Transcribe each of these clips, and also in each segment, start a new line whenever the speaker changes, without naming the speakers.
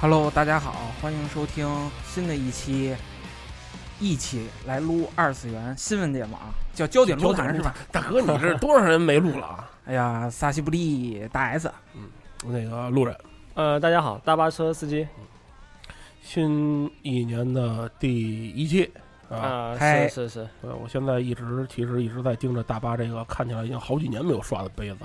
Hello，大家好，欢迎收听新的一期，一起来撸二次元新闻节目啊，叫焦点
焦
论
点
坛是吧？
大哥，你这多少人没录了啊？
哎呀，萨西布利大 S，
那个路人，
呃，大家好，大巴车司机
新一年的第一期啊，
啊、
嗨
是是是，
呃，我现在一直其实一直在盯着大巴这个看起来已经好几年没有刷的杯子，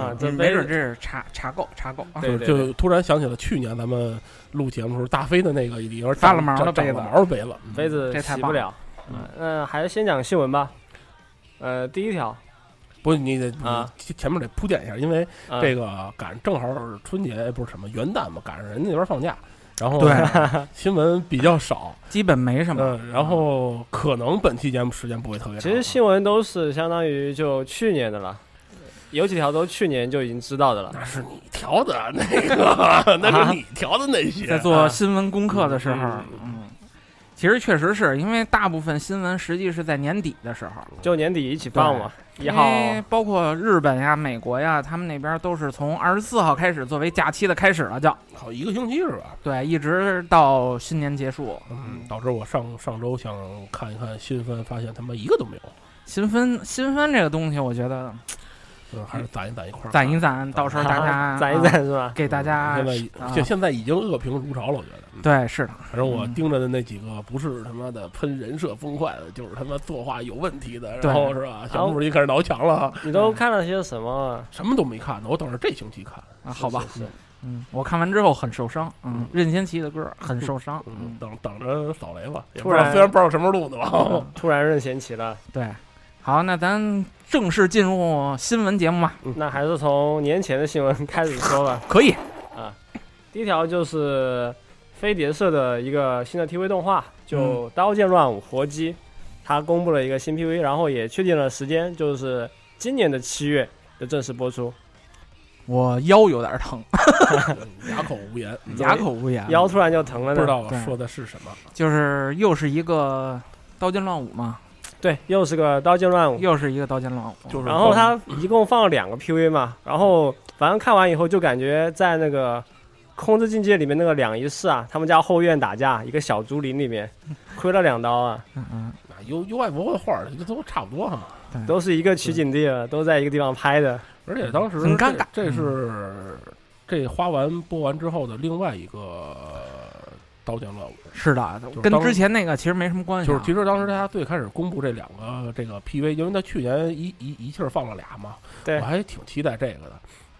啊，这
嗯没
杯
准
子
这是查查够查够啊。
对对
就突然想起了去年咱们录节目的时候，大飞的那个里边
发了毛的
长
杯子
长了毛的杯子，嗯
杯子
这太
洗
棒
不了。
嗯
啊那、还是先讲新闻吧。呃，第一条，
不，你得
啊
你前面得铺垫一下，因为
呃、
这个赶正好是春节，哎不是什么元旦嘛，赶上人家那边放假，然后
对
新闻比较少，
基本没什么。
嗯，然后可能本期节目时间不会特别长，
其实新闻都是相当于就去年的了，有几条都去年就已经知
啊
道的了。
那是你调的啊那个，那是你调的那些。
啊在做新闻功课的时候
嗯，
嗯，其实确实是因为大部分新闻实际是在年底的时候，
就年底一起放嘛，一
因
号
为包括日本呀、美国呀，他们那边都是从二十四号开始作为假期的开始了，就
好一个星期是吧？
对，一直到新年结束。
嗯，导致我上上周想看一看新番，发现他妈一个都没有。
新分新分这个东西，我觉得
嗯，还是攒一攒一块儿看。
攒一攒，到时候大家
攒一
啊
攒是吧？
给大家
现在
啊
已嗯现现在已经恶评如潮了，我觉得。嗯
对是的，
反正我盯着的那几个，不是他妈的喷人设崩坏的，就是他妈作画有问题的，
对
然后是吧？小木已经开始挠墙了，
你都看了些什么啊？
什么都没看呢。我等着这星期看。
啊好吧，
是是
嗯，我看完之后很受伤，嗯
嗯，
任贤齐的歌很受伤，
嗯
嗯，，
等等着扫雷吧。也
突
不知道
然
虽然不知道什么时候录的
嗯
吧。
突然任贤齐了，
对，好，那咱正式进入新闻节目吧，
那还是从年前的新闻开始说吧。
可以，
第一条就是飞碟社的一个新的 TV 动画，就《刀剑乱舞：活鸡》，它公布了一个新 PV，然后也确定了时间，就是今年的七月的正式播出。
我腰有点疼，
哑口无言，
怎么
哑口无言，
腰突然就疼了
不知
呢。
道我
对
说的是什么。
就是又是一个刀剑乱舞嘛，
对，又是个《刀剑乱舞》，
又是一个刀剑乱舞，
嗯就是
然后
他
它一共放了两个 PV 嘛，然后反正看完以后就感觉在那个。空之境界里面那个两仪式啊，他们家后院打架，一个小竹林里面，亏了两刀啊，
嗯嗯，
优优爱博的画儿这都差不多哈，
都是一个取景地了，都在一个地方拍的。
而且当时
很尴尬
这这是这花完播完之后的另外一个刀剑乱舞，
是的
是，
跟
当
之前那个其实没什么
哎
关系
就
啊，
是其实当时大家最开始公布这两个这个 PV，因为他去年一一一气儿放了俩嘛，
对
我还挺期待这个的。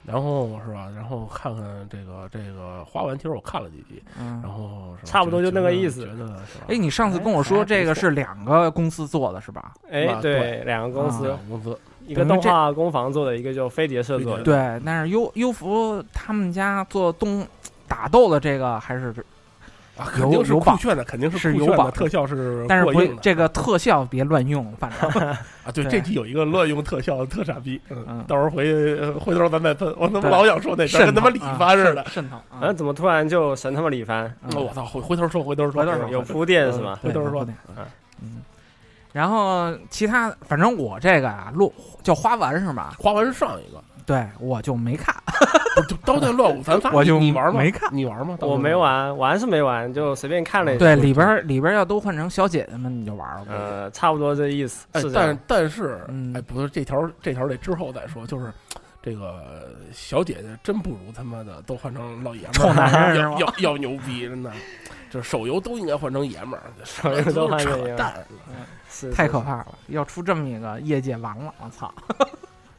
然后是吧？然后看看这个这个花完，其实我看了几集，
嗯
然。后是吧
差不多就那个意思
觉得是吧？
哎，你上次跟我
哎
说
还
这个
不错
是两个公司做的是吧？
哎
啊，对啊
对，两个公司，
两个公司
一个动画工坊做的，一个就飞碟社做
飞
的。
对，但是优优芙他们家做动打斗的这个还是，
啊，肯定是
有
酷
榜
炫的，肯定
是
酷
有
炫
榜
的，特效是
但是
过
不
硬的
这个特效别乱用，反 正
啊，对，
对
这集有一个乱用特效，特傻逼。
嗯
嗯，到时候回呃回头咱再喷。我他妈
对
老想说那事儿，
渗
跟他
透
妈李发似的嗯哦
啊。渗渗透
反正
啊。
怎么突然就神他妈李帆，
嗯
我操，回回头说，回头说，
回头说
有铺垫是吗？
回头说
对。嗯，然后其他反正我这个啊，落叫花丸是吧？
花完上一个，
对我就没看，
不是就刀剑乱舞，咱仨
我就
你你玩吗？
没看
你玩吗？
我没。玩，玩是没玩，就随便看了一下。
对里边儿里边儿要都换成小姐姐们你就玩了
嗯
吧。
呃，差不多这意思。
哎
是，这样
但但是
嗯，
哎，不是这条这条得之后再说，就是。这个小姐姐真不如他妈的都换成老爷们
臭男人
儿，
是
要
吗
要要牛逼，真的，就是手游都应该换成爷们儿，手
游都换成爷们
扯
儿
淡。
是
太可。怕了！要出这么一个业界完了，我操！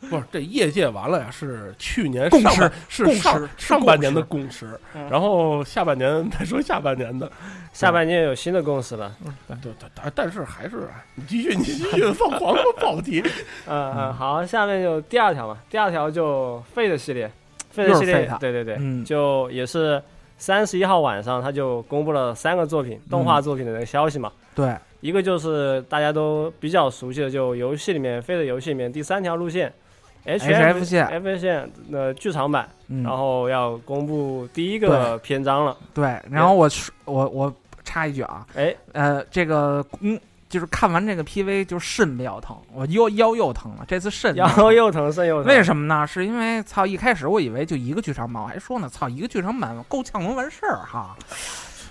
不是，这业界完了呀，是去年
共
上
识
半是
共识
上
是
上
共
半年的
识
共识，
嗯
然后下半年再说下半年的。
是下半年有新的共识了。
对对，但但是还是你继续，你继续放黄瓜跑题。
嗯
嗯
嗯，好，下面就第二条吧。第二条就 Fate 系列，Fate
又是
系列
Fate，
对对对，
嗯
就也是三十一号晚上，他就公布了三个作品，
嗯
动画作品的那个消息嘛。
对，
一个就是大家都比较熟悉的，就游戏里面飞的游戏里面第三条路线
HF 线
F F 线的剧场版，
嗯，
然后要公布第一个篇章了。
对，然后我说我我插一句啊，
哎，
呃，这个公就是看完这个 PV 就肾比较疼，我腰腰又疼了，这次 肾
腰又疼，肾又
嗯
疼，
为什么呢？是因为操，一开始我以为就一个剧场版，我还说呢，操，一个剧场版够呛能完事儿哈。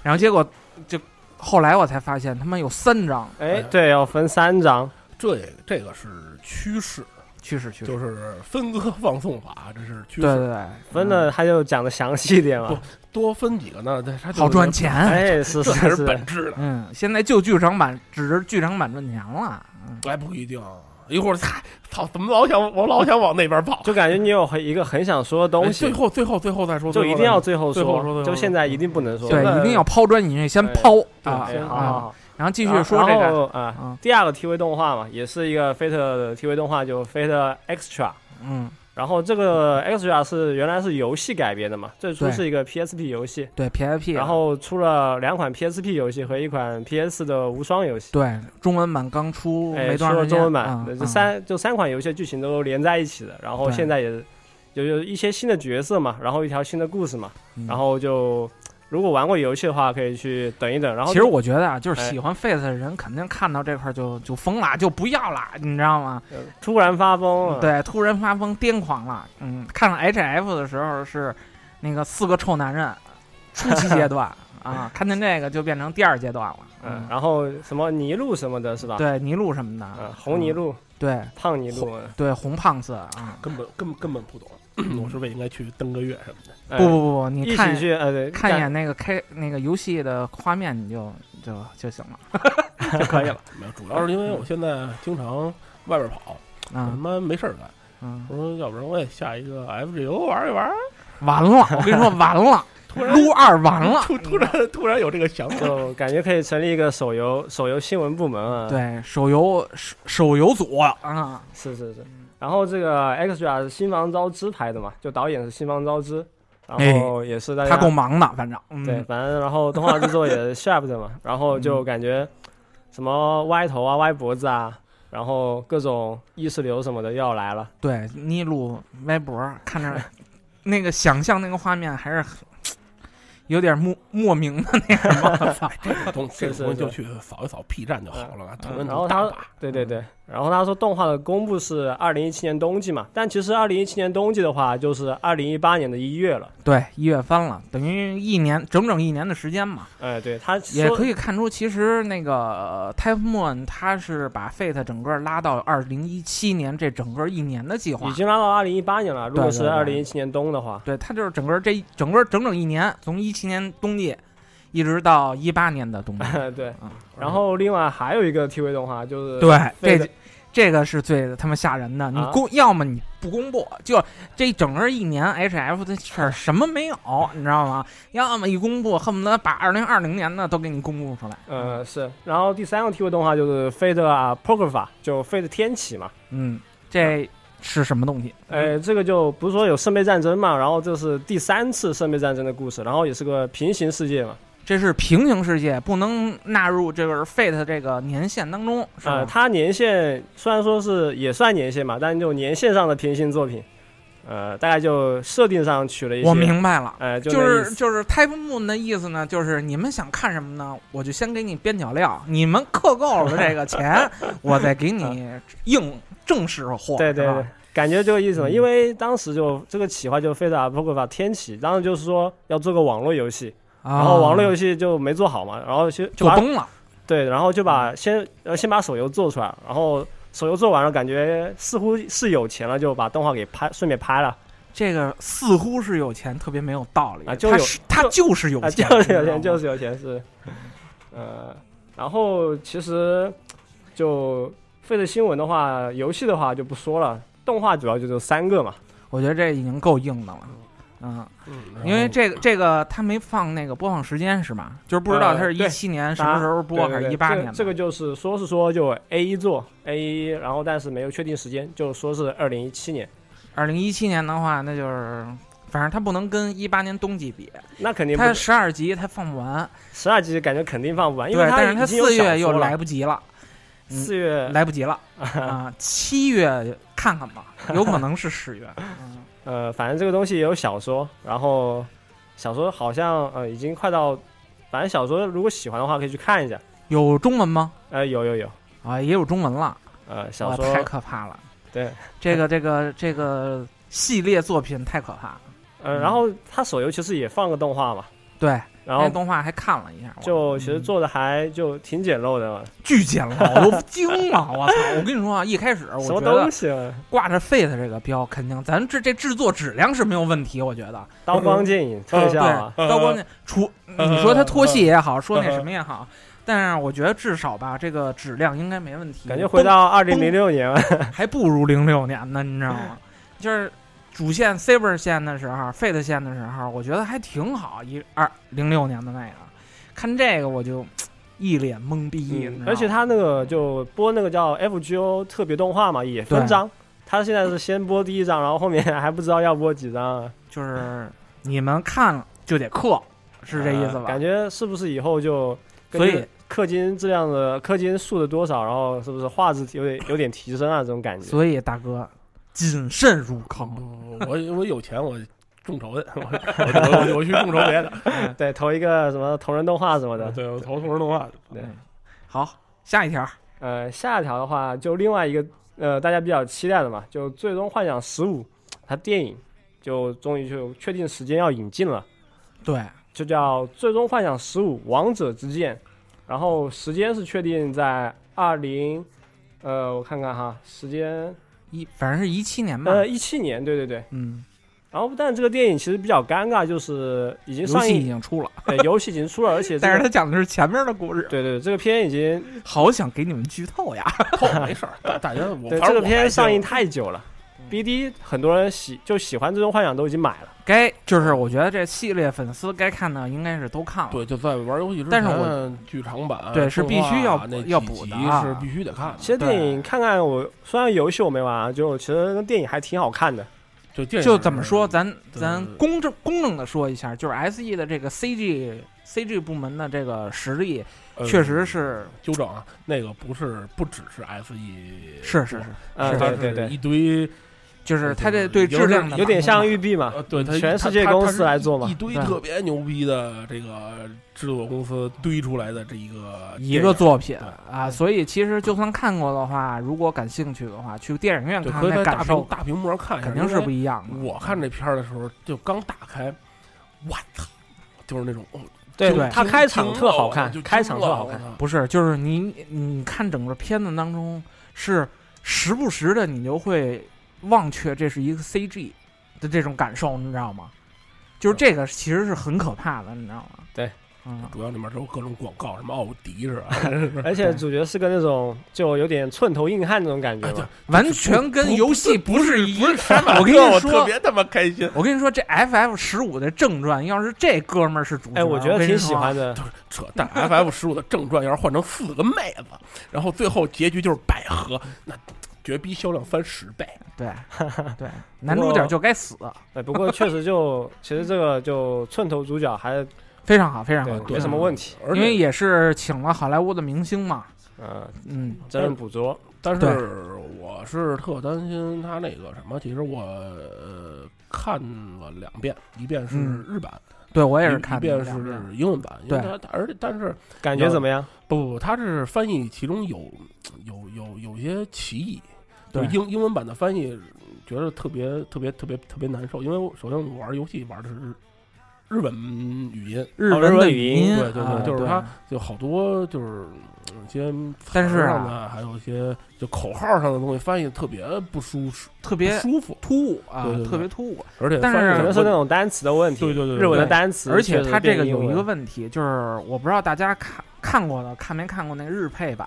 然后结果就后来我才发现，他妈有三张
哎，对，要分三章，
这这个是趋势，
趋势趋势，
就是分割放送法，这是趋
对
势。
对对，
分
嗯
了他就讲的详细一点嘛。
多分几个呢，它它就
好赚，钱。
哎，是
这
是
才是
是，
本质的。
嗯，现在就剧场版指着剧场版赚钱了。嗯，
哎，不一定，一会儿操操，怎么老想我老想往那边跑？
就感觉你有一个很想说的东
哎
西
最，后最后最后再说，
就
最后
一定要
再
最后
最后说最后
说，就
说
现在一定不能说。
对，
在
一定要抛砖引玉，先
对
抛
对
啊
哎好好
啊！
好，
然后继续
然
说这
然
个，
后啊，
嗯
第二个 TV 动画嘛，也是一个 Fate 的 TV 动画，就 Fate Extra。
嗯，
然后这个 Extra 是原来是游戏改编的嘛，最初
对
是一个 PSP 游戏，
对啊 PSP，
然后出了两款 PSP 游戏和一款 PS 的无双游戏。
对中文版刚出
哎，
哦没多
出
长
了
时间，
中文版，
嗯
这
嗯
三就三款游戏的剧情都连在一起的，然后
对
现在也有有一些新的角色嘛，然后一条新的故事嘛，
嗯
然后就如果玩过游戏的话，可以去等一等。然后
其实我觉得啊，就是
哎
喜欢 Fate 的人肯定看到这块儿就就疯了，就不要了，你知道吗？
呃突然发疯了，
对，突然发疯癫狂了。嗯，看了 HF 的时候是那个四个臭男人初期阶 段啊，看见这个就变成第二阶段了。
嗯，，然后什么泥路什么的，是吧？，
对泥路什么
嗯
的，，
红泥路、
嗯，对
胖泥路，嗯
对，红胖子啊，
根本根本根本不懂， 我是不是应该去登个月什么的？
不
哎
不不不，你
一
看
起去，呃，对，
看一
干
眼那个开那个游戏的画面，你就就就行了
就可以了。 没有，主要是因为我现在经常外边跑，他
嗯
啊，
妈没事儿干。
嗯，
我说，要不然我也下一个 FGO 玩一玩。啊
完了，我跟你说完了，
突然
撸二完了。
突突然
嗯
突然有这个想法，
就感觉可以成立一个手游手游新闻部门啊。，
对，手游手手游组啊，
是是是。然后这个 Extra 是新房昭之拍的嘛，就导演是新房昭之，然后也是大家
哎他够忙的，反正嗯
对，反正然后动画制作也是 Sharp 的嘛，然后就感觉什么歪头啊、歪脖子啊，然后各种意识流什么的要来了。
对，妮露歪脖看着那个想象那个画面还是很有点莫莫名的那什么，我
哎
操，
这种东这
是是
种
嗯
东西就去扫一扫 P 站就好了，同人
然后
都
他
大把。
对对
嗯
对，然后他说动画的公布是二零一七年冬季嘛，但其实二零一七年冬季的话，就是二零一八年的一月了。
对，一月翻了，等于一年整整一年的时间嘛，
哎，对他
也
说
可以看出，其实那个 t y p e Moon 他是把 Fate 整个拉到二零一七年这整个一年的计划
已，经拉到二零一八年了。如果
对
是
对
二
对
零一七年冬的话，
对，他就是整个这一整个整整一年，从一七年冬季一直到一八年的冬 季。
对
嗯。
然后另外还有一个 TV 动画就是
对，这
对的
这个是最他妈吓人的。你
啊
公、要么你不公布，就这整个一年 H F 的事儿什么没有，你知道吗？要么一公布，恨不得把二零二零年的都给你公布出来。
呃，是，然后第三个 TV 动画就是《Fate Apocrypha》，就《Fate 天启》嘛。
嗯，
啊
这是什么东西？
呃，这个就不是说有圣杯战争嘛，然后这是第三次圣杯战争的故事，然后也是个平行世界嘛。
这是平行世界，不能纳入这个 Fate 这个年限当中，是吧？
呃，它年限虽然说是也算年限嘛，但就年限上的平行作品，呃，大概就设定上取了一些。
我。明白了。
呃，就
就
那意
是
思
就是 Type Moon 的意思呢，就是你们想看什么呢，我就先给你边角料，你们氪够了这个钱，我再给 你硬正式货，
对
是
对对
吧，啊
感觉就意思嘛，
嗯
因为当时就这个企划就《Fate Apocrypha》天启，当时就是说要做个网络游戏，
啊
然后网络游戏就没做好嘛，然后就就
做
把
崩了，
对，然后就把先呃先把手游做出来，然后手游做完了，感觉似乎是有钱了，就把动画给拍，顺便拍了
这个似乎是有钱，特别没有道理
啊就
他
有
是他就是有
啊，
钱，
就是有
你知道
钱，
吗
就是有钱是，呃，然后其实就费的新闻的话，游戏的话就不说了，动画主要就这三个嘛，
我觉得这已经够硬的了。嗯，
嗯
因为这个这个他没放那个播放时间是吧？就是不知道
呃
他是
对
一七年什么时候播
对
还
对
是
对
一八
这
年的
这个就是说是说就 A 一做 A 一，然后但是没有确定时间，就说是二零一七年，
二零一七年的话，那就是反正他不能跟一八年冬季比，
那肯定不
他十二集他放不完，
十二集感觉肯定放不完，因为
对，但是
已
他
经有
四
小
月又
说了
来不及了，嗯
四月
来不及 了啊！七月看看吧，有可能是十 月。嗯
呃，反正这个东西也有小说，然后小说好像呃已经快到，反正小说如果喜欢的话可以去看一下。
有中文吗？
呃，有有有，
啊，也有中文了，
呃，小
哇，
说
太可怕了。
对，
这个这个这个系列作品太可怕了。
呃，
嗯
然后它手游其实也放个动画嘛，
对，
然
那
后
动画还看了一下，我嗯
就其实做的还就挺简陋的嘛，
巨简陋，我都惊了。我操！我跟你说啊，一开始我
什
觉
么
得
东西啊，
挂着 Fate 这个标，肯定咱这这制作质量是没有问题，我觉得。
刀光剑影特效啊，
呃对，刀光 剑除你说它拖戏也好，说那什么也好，但是我觉得至少吧，这个质量应该没问题。
感觉回
嗯
到二零零六年了，
崩还不如零六年呢，你知道吗？就是主线 Saber 线的时候，Fate 线的时候，我觉得还挺好。一二零六年的那个，看这个我就一脸懵逼，你知道吗
嗯而且他那个就播那个叫 FGO 特别动画嘛，也分
对
章。他现在是先播第一章，然后后面 还不知道要播几章啊，
就是你们看了就得氪，是这意思
呃
吧？
感觉是不是以后就根
所
据
以
氪金质量的氪金数的多少，然后是不是画质有点有点提升啊？这种感觉。
所以大哥谨慎入坑，
我我有钱我众筹的，我我我我去众 筹 别的，
嗯
对，投一个什么同人动画什么的。
对我投同人 动画的，
对
好，下一条。
呃，下一条的话，就另外一个呃，大家比较期待的嘛，就《最终幻想十五》，它电影就终于就确定时间要引进了，
对，
就叫《最终幻想十五：王者之剑》，然后时间是确定在二零，呃，我看看哈，时间
一反正是一七年吧。
呃一七年，对对对。
嗯，
然后，但这个电影其实比较尴尬，就是已经
游
上
戏已
映，
经出了，
呃，游戏已经出了，而且这
但
个
是他讲的是前面的故事，
对对，对这个片已经
好想给你们剧透呀。
透没事儿，大大家我
对
反正
这个
我还
片上
行
映太久了，BD
嗯
很多人喜就喜欢《最终幻想》都已经买了。
该就是我觉得这系列粉丝该看的应该是都看了。
对，就在玩游戏之前，
但是我
剧场版
对是
动
必须
画
要
那
要
几
补的
集
啊
是必须得看的。
其实电影看看我，虽然游戏我没玩啊，就其实电影还挺好看的。
就电影
就怎么说，咱
对
咱公正公正的说一下，就是 S E 的这个 C G C G 部门的这个实力
呃
确实是
纠正啊，那个不是不只是 SE，
是是是，啊
嗯，
它
对
是
对对，
一堆
就是他这对质量的
有点像
于
育碧嘛
呃，，对它
全世界
它它
公
它
司
是
来做嘛
一堆
对
特别牛逼的这个制作公司堆出来的这一个
一个
电影
作品
对
啊，所以其实就算看过的话，如果感兴趣的话，去电影院
对，
看
可以
那
在
感
大
受
屏大屏幕上看一下，
肯定
因
是
为
不一样的。
我看这片儿的时候，就刚打开，我操，就是那种哦，
对
就
对
它
惊
开场
惊
特
了
好
我
看
就惊
开场特
了
好
我
看
操
不是，就是你你看整个片子当中是时不时的，你就会忘却这是一个 CG 的这种感受，你知道吗？就是这个其实是很可怕的，你知道吗？
对，
嗯，
主要里面都有各种广告，什么奥迪是吧？是不是
而且主角是个那种就有点寸头硬汉那种感觉
哎对
嘛。
完 全跟游戏不是一
不是
样。
马
我跟
克
你
我特
说，
别他妈开心。
我跟你说，这 FF 十五的正传，要是这哥们儿是主角，
哎，我
我
觉得
跟你
挺
说啊
喜欢的。
就是扯淡，FF 十五的正传要是换成四个妹子，然后最后结局就是百合，那绝逼销量翻十倍。
对对，男主角就该死，
哎，不过确 实就其实这个就寸头主角还
非常好，非常好嗯
对，
啊对
没什么问题。
而
因为
且，
也是请了好莱坞的明星嘛，
嗯，
嗯，
真人捕捉，
但
对
是我是特担心他那个什么，其实我、呃、看了两遍，一遍是
嗯
日版，
对我也
一
是看
一
的
遍
两遍嗯
是英文版，因为
对
它它而且但是
哎
感觉怎么样？
不不不，它是翻译其中有有有有些歧义，就
对
英英文版的翻译觉得特别特别特别特别难受，因为我首先我玩游戏玩的是日日本语音，
日
哦
文
日文
的
语音
音，
对对对
啊
就是
对
它就好多就是嗯一些词
但是啊
上的还有一些就口号上的东西翻译特别不舒适，
特
不
别
舒服，
突兀啊
对对，对
特别突�ù。
而且
但是
翻译
可
上
能是那种单词的问
对
题，
对对对
日文的
对
单词。
而且它这个有一个
问，
问题，就是我不知道大家看看过的看没看过那个日配版，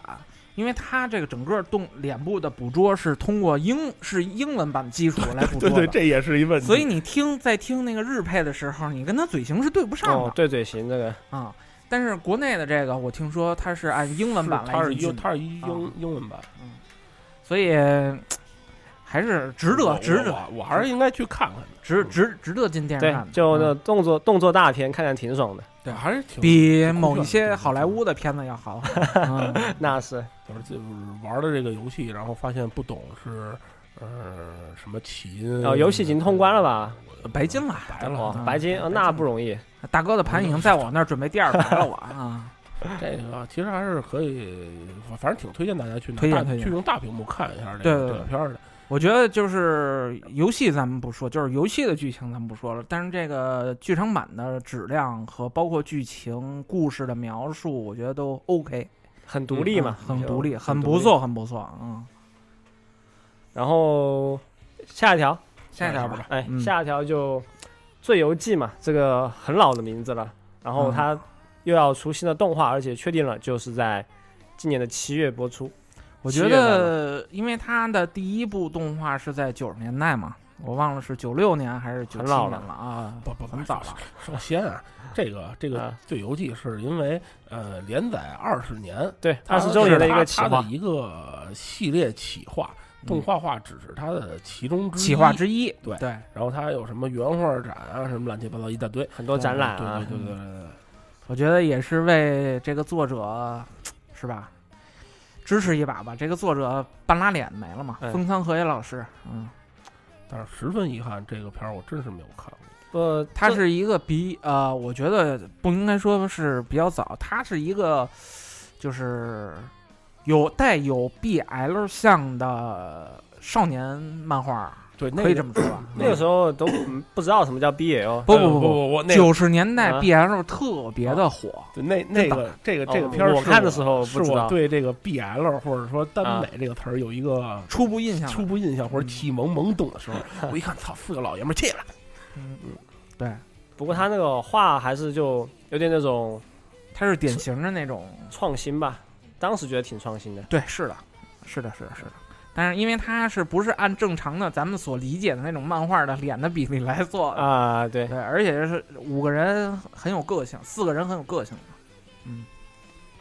因为它这个整个动脸部的捕捉是通过英是英文版基础来捕捉
对
的，
对，这也是一问题。
所以你听在听那个日配的时候，你跟它嘴型是对不上
哦
的，
对嘴型这个，
哦
啊。但是国内的这个，我听说它是按英文
是
版
它
来
是
引
英
进的，
它是一
啊
英英文版，
所以还是值
我
得值得
我我还是应该去看看的。嗯
值值值得进电影
对
院的，，
就那
嗯
动作动作大片，看着挺爽的。
对
还是挺
比某一些好莱坞的片子要 好。嗯
那是，
就是这玩的这个游戏，然后发现不懂是呃什么起因。
哦，游戏已经通关了？吧？
白金了，
白了
哦
嗯，
白金，啊，
白金
那不容易。
大哥的盘已经在我那儿准备第二排了，我啊，
这个啊其实还是可以，反反正挺推荐大家去拿
推荐
大
推荐
去用大屏幕看一下这
对
个
对
动
对
画片儿的。
我觉得就是游戏咱们不说，就是游戏的剧情咱们不说了，但是这个剧场版的质量和包括剧情、故事的描述，我觉得都 OK，
很独立嘛，
嗯很
就
独立，很
独
不错，很不错。嗯，
然后下一条，
下一条吧，
哎，
嗯
下一条就《醉游记》嘛，这个很老的名字了。然
嗯
后它又要出新的动画，而且确定了就是在今年的七月播出。
我
七
觉
月份
得，因为它的第一部动画是在九十年代嘛，我忘了是九六年还是九
很
七
老
年
了
了啊，
不不不
很早 了。
首先啊，这个这个
啊
《醉游记》是因为呃连载二十年，
对，
它
二十周年的一个
它
企
它
划
啊
嗯
的。一个系列企划，动画化只是它的其中之一
嗯企划。之一，
对
对，
然后它有什么原画展啊，什么乱七八糟一大堆嗯
很多展览啊，
对对对对对对。
我觉得也是为这个作者，是吧？支持一把吧，这个作者半拉脸没了嘛，
哎
风仓和也老师，嗯，
但是十分遗憾，这个片儿我真是没有看过。
不，
他
这
是一个比呃，我觉得不应该说是比较早，他是一个就是有带有 BL 向的少年漫画，
对，那
可以
个
这么说吧？嗯
那个时候都不知道什么叫哦 BL，
不
呃
不
不
不，
不，那个
九十年代
啊
BL 特别的火，
对那那个这个这个
哦
片儿是，
我看的时候不
是
知
我
道
对这个 BL 或者说耽
啊
美这个词儿有一个
初步印象吧
初步印象或者
嗯
启蒙懵懂的时候，我一看，操，四个老爷们儿去了，
嗯，对，
不过他那个画还是就有点那种
他是典型的那种
创新吧，当时觉得挺创新的。
对，是的，是的，是的，是的。但是因为它是不是按正常的咱们所理解的那种漫画的脸的比例来做的？
啊，对，
对，而且是五个人很有个性，四个人很有个性。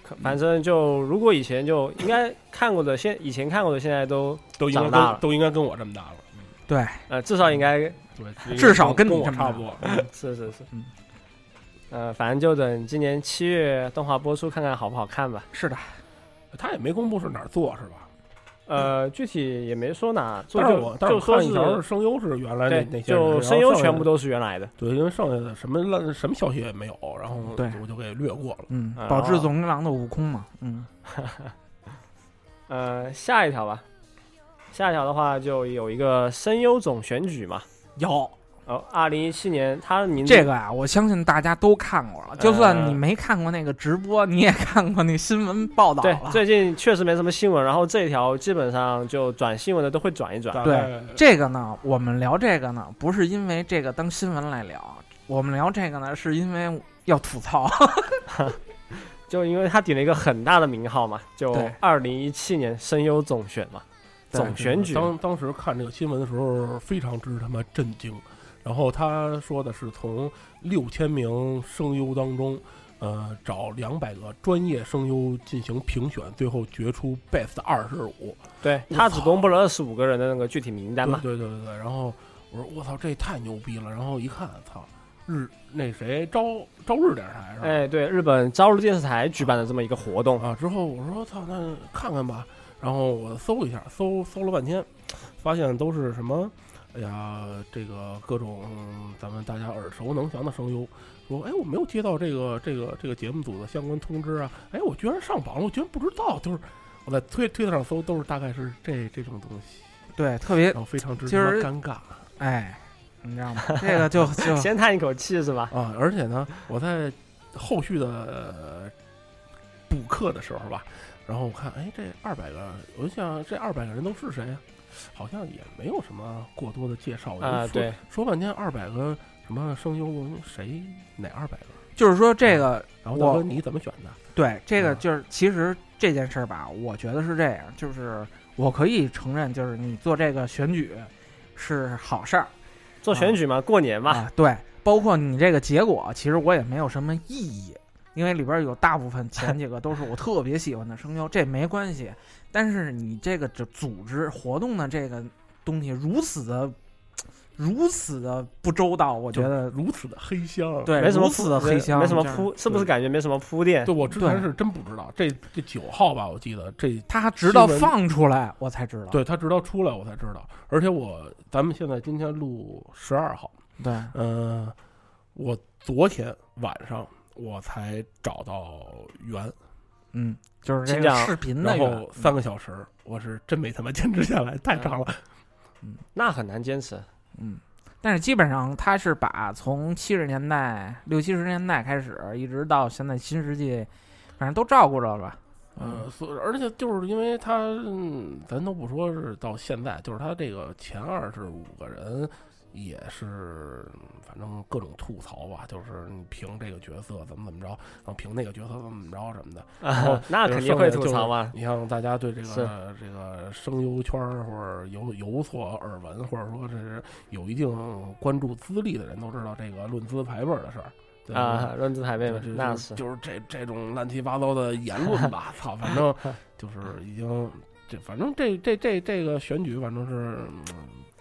可反正就如果以前就应该看过的，现以前看过的现在都
都应该
长大
跟
了
都应该跟我这么大了，
对，
呃至少应该
对，
至少
跟
跟你
我
这么
差
大
不多。
是是是
嗯，
呃，反正就等今年七月动画播出，看看好不好看吧。
是的，
他也没公布是哪儿做是吧？
呃，具体也没说哪，就
但是我
就
但是我
就说
看一
是
条是声优是原来那
对，
那些人，然
就
后
声优
剩下
全部
的
都是原来的。
对，因为剩下的什么烂什么消息也没有，然后
对
我就给略过了。
嗯
啊，
保志总一郎的悟空嘛，嗯，
呃，下一条吧，下一条的话就有一个声优总选举嘛。
有
哦，二零一七年，他的名字
这个啊，我相信大家都看过了，就算
呃
你没看过那个直播，你也看过那新闻报道
对
了。
最近确实没什么新闻，然后这一条基本上就转新闻的都会转一转。
大
对
概，
这个呢，我们聊这个呢，不是因为这个当新闻来聊，我们聊这个呢，是因为要吐槽。
就因为他顶了一个很大的名号嘛，就
对
二零一七年声优总选嘛，
对
总选举
当当时看这个新闻的时候，非常之他妈震惊。然后他说的是从六千名声优当中，呃，找两百个专业声优进行评选，最后决出 best 二十五。
对
我
他只
操
公布了二十五个人的那个具体名单
对
嘛，
对对对对。然后我说我操，这也太牛逼了。然后一看，操，日那谁朝朝日电视台是吧？
哎，对，日本朝日电视台举办的这么一个活动，
啊，之后我说操，那看看吧。然后我搜一下，搜搜了半天，发现都是什么，哎呀，这个各种咱们大家耳熟能详的声优。说，哎，我没有接到这个这个这个节目组的相关通知啊。哎，我居然上榜了，我居然不知道。就是我在推推特上搜，都是大概是这这种东西，
对，特别
然后非常之
其实
他妈尴尬
哎，你知道吗？ 这个就就
先叹一口气是吧？
啊。而且呢，我在后续的补课的时候吧，然后我看，哎，这二百个，我就想这二百个人都是谁呀、好像也没有什么过多的介绍。我就
啊，
说
对，
说半天二百个什么声优，我说谁哪二百个？
就是说这个
然后大
我
哥你怎么选的？
对这个
嗯
就是其实这件事儿吧，我觉得是这样，就是我可以承认，就是你做这个选举是好事儿
做选举嘛，过年嘛，
啊，对，包括你这个结果，其实我也没有什么异议。因为里边有大部分 前几个都是我特别喜欢的声优，这没关系。但是你这个这组织活动的这个东西如此的、如此的不周到，我觉得
如此的黑箱。，
对，
没什么
如此的
铺
黑箱，
没什么
这样
铺，是不是感觉没什么铺垫？
对我之前
对
是真不知道，这这九号吧，我记得这
他直到
新闻
放出来我才知道。
对他直到出来我才知道，而且我咱们现在今天录十二号，
对，
呃嗯、我昨天晚上我才找到源，
嗯，就是这
请
个
讲
视频的
然
原
后三个小时，我是真没他妈坚持下来，太长了。
那很难坚持。
嗯，但是基本上他是把从七十年代、六七十年代开始，一直到现在新世纪，反正都照顾着了吧。嗯
嗯
呃，所而且就是因为他，嗯咱都不说是到现在，就是他这个前二十五个人也是，嗯反正各种吐槽吧，就是你凭这个角色怎么怎么着，然后凭那个角色怎么怎么着什么的。后
啊，那肯定会吐槽嘛。
你像大家对这
是
个这个声优圈儿或者有有所耳闻，或者说这是有一定关注资历的人都知道这个论资排辈儿的事儿对吧
啊，论资排辈嘛，
就
那
就是就是这这种乱七八糟的言论吧， 操，反正就是已经这反正这这这这个选举反正是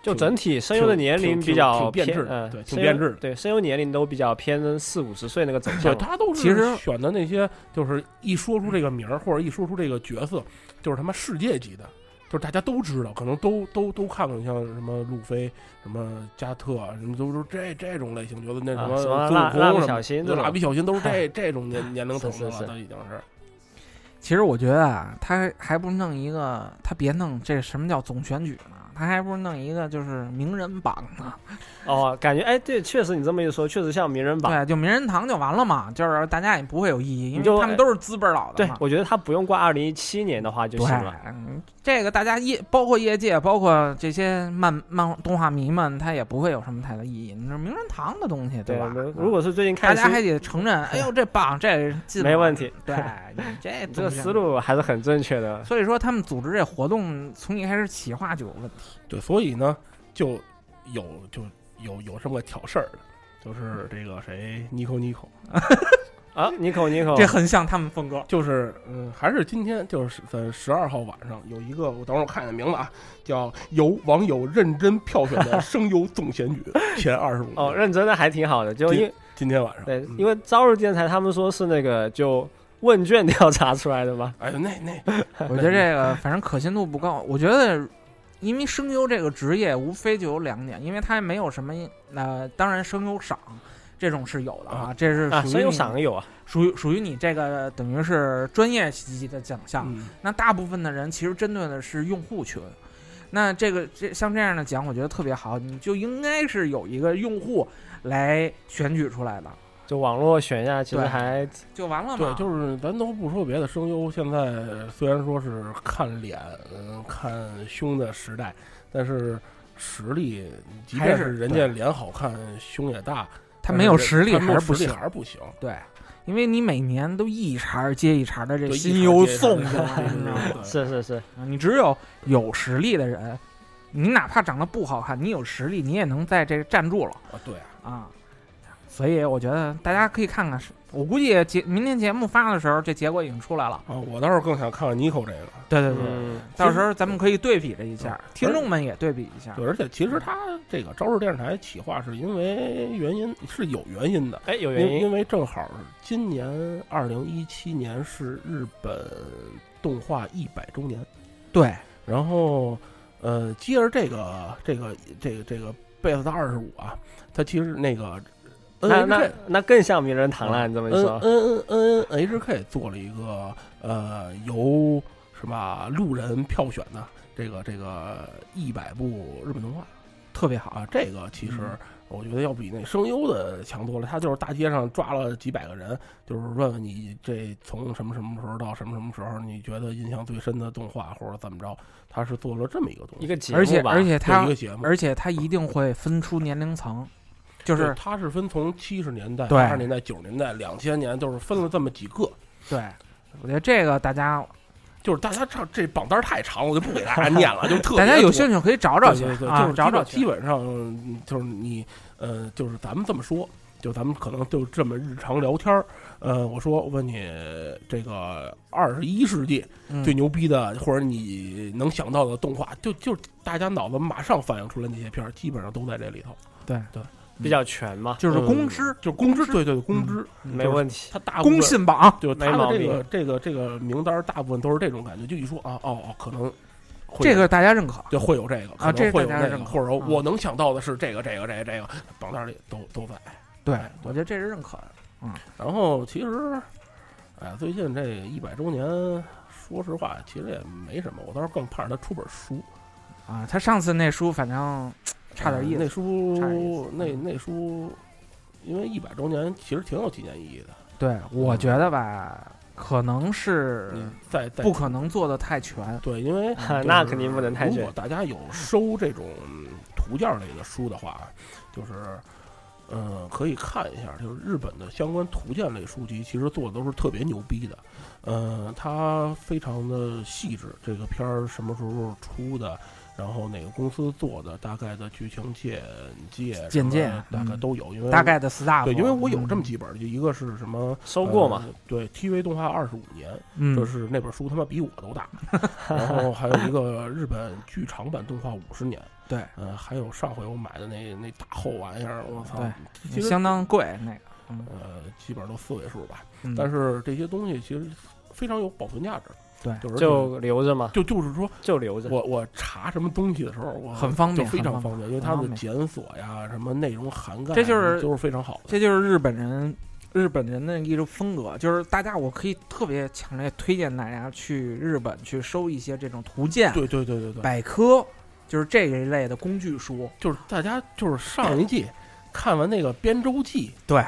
就整体声优
挺
的年
挺
龄
挺
比较
挺变
偏
质的
呃
对挺
声优
变质的
对，声优年龄都比较偏四五十岁那个走
对
向嘛。
他都是
嗯其实
选的那些就是一说出这个名儿或者一说出这个角色，就是他妈世界级的。就是大家都知道，可能都都都看过，像什么路飞、什么加特，啊什么都是这这种类型角色，那
啊
么
什
孙
么
悟
蜡蜡笔
空什
小
么
新
对
这
蜡
种
笔小新都是 这这种年年龄层
是
的
是
了，都
是
已经是。
其实我觉得啊，他还不如弄一个，他别弄这什么叫总选举呢？他还不如弄一个就是名人榜呢。
哦，感觉哎，对，确实你这么一说，确实像名人榜。
对，就名人堂就完了嘛，就是大家也不会有异议，因
你就
为他们都是资本老的
对
嘛，。
我觉得他不用挂二零一七年的话就
对
行了。，
嗯这个大家业包括业界，包括这些漫漫动画迷们，他也不会有什么太大意义。你说名人堂的东西，
对
吧？嗯
如果是最近
大
看
家还
新，
得承认，哎呦，这棒，这进了
没问题。
对你这
这个
东西
思，路还是很正确的。
所以说他们组织这活动从一开始企划就有问题。
对，所以呢，就有就有有这么个挑事儿的，就是这个谁尼 i 尼 o
啊，尼口尼口，
这很像他们风 格。
就是嗯，还是今天就是在十二号晚上有一个，我等会儿我看看名字啊，叫由网友认真票选的声优总选 举前二十五。
哦，认真的还挺好的，就因为
今天晚上
对，
嗯
因为朝日电台他们说是那个就问卷调查出来的嘛。
哎呦那那，
我觉得这个反正可信度不高。我觉得，因为声优这个职业无非就有两点，因为它没有什么呃，当然声优赏这种是有的啊，这是
啊，
属于
声优
你
赏有啊，
属于属于你这个等于是专业级的奖项。
嗯
那大部分的人其实针对的是用户群。那这个这像这样的奖，我觉得特别好，你就应该是有一个用户来选举出来的，
就网络选一下，其实
对
还
就完了嘛。
对，就是咱都不说别的，声优现在虽然说是看脸、嗯看胸的时代，但是实力，即
还
便
是啊
是人家脸好看、胸也大，
他
但
没
是
有
这
实力
他没
还
有
是不
实力
行。
还是不行。
对，因为你每年都一茬儿接一茬儿的这
对
新优 E 送
一
过
茬
来，
儿接一茬儿
你知道 吗？
是是是，
嗯你只有有实力的人，你哪怕长得不好看，你有实力，你也能在这站住了
啊，对啊，
啊。所以我觉得大家可以看看，我估计节明天节目发的时候，这结果已经出来了。
啊，我倒是更想看看 Nico 这个。
对对对，
嗯，
到时候咱们可以对比了一下，听众们也对比一下。
嗯对，而且其实他这个朝日电视台企划是因为原因是有原因的，
哎，有
因
原因
因为正好今年二零一七年是日本动画一百周年，
对，
然后呃，接着这个这个这个这个贝斯的二十五啊，它其实那个 N H
那那
K
那更像名人堂了，你这么一
N
嗯
说，
N N N H K 做了一个呃由什么路人票选的这个这个一百部日本动画。
特别好。
啊，这个其实
嗯
我觉得要比那声优的强多了。他就是大街上抓了几百个人，就是问问你这从什么什么时候到什么什么时候，你觉得印象最深的动画或者怎么着，他是做了这么一个东
一
西，
个节
嗯而且
目吧，
而且
这一
他
个节目。
而且他一定会分出年龄层，就
就是它是分从七十年代、
对
八十年代、九十年代、两千年，就是分了这么几个。
对，我觉得这个大家
就是大家这这榜单太长，我就不给大家念了，就特别
大家有
多
兴趣可以找找去
对对对
啊
就，是
找找
基
去。
本基本上嗯就是你呃，就是咱们这么说，就咱们可能就这么日常聊天儿。呃，我说我问你这个二十一世纪
嗯
最牛逼的，或者你能想到的动画，就就大家脑子马上反映出来那些片儿，基本上都在这里头。
比较全嘛，
就是公
嗯
知，嗯
就是公知，对对对，公知，
没问题。
它大部分
公信榜，
就是
没
它
毛
的这
病
个这个这个名单儿，大部分都是这种感觉，就一说啊哦哦，可能会
这
有
个大家认可。
就会有这个可
啊
能
这
会
大
有
家
那
认
个，
可
或者说
啊
我能想到的是这个这个这个这个榜单里都都在。
对
哎，
我觉得这是认可的。
然后其实，哎，最近这一百周年，说实话其实也没什么，我倒是更盼着他出本书，
啊，他上次那书反正差点意
呃那
思，差点意
书
思
那
嗯
那书，因为一百周年其实挺有纪念意义的。
对我觉得吧，可能是
你再再
不可能做的太全，
对，因为
那
就是
肯定不能太
如
卷
果大家有收这种嗯图鉴类的书的话，就是嗯，可以看一下，就是日本的相关图鉴类书籍，其实做的都是特别牛逼的。嗯，它非常的细致，这个片儿什么时候出的，然后哪个公司做的，大概的剧情简介什么
简介
大概
嗯
都有，因为
大概的 staff。
对，因为我有这么
嗯，
几本儿，就一个是什么
收过嘛，
呃对，TV 动画二十五年，
嗯，
这是那本书他妈比我都 大，然后还有一个日本剧场版动画五十年，
对，
呃，还有上回我买的那那大厚玩意儿，我操，
对
其实
相当贵那个，嗯
呃基本上都四位数吧，
嗯，
但是这些东西其实非常有保存价值，
对
就是
就留着嘛，
就就是说
就留着。
我我查什么东西的时候，我
很方便
就非
很
常
方
方便，因为
很
它
方
的
便
检索呀，什么内容涵盖啊，
这就是
都是非常好的。
这就是日本人日本人的一种风格，就是大家我可以特别强烈推荐大家去日本去收一些这种图鉴、
对对对对对，
百科，就是这一类的工具书。
就是大家就是上一季看完那个《编舟记》，
对，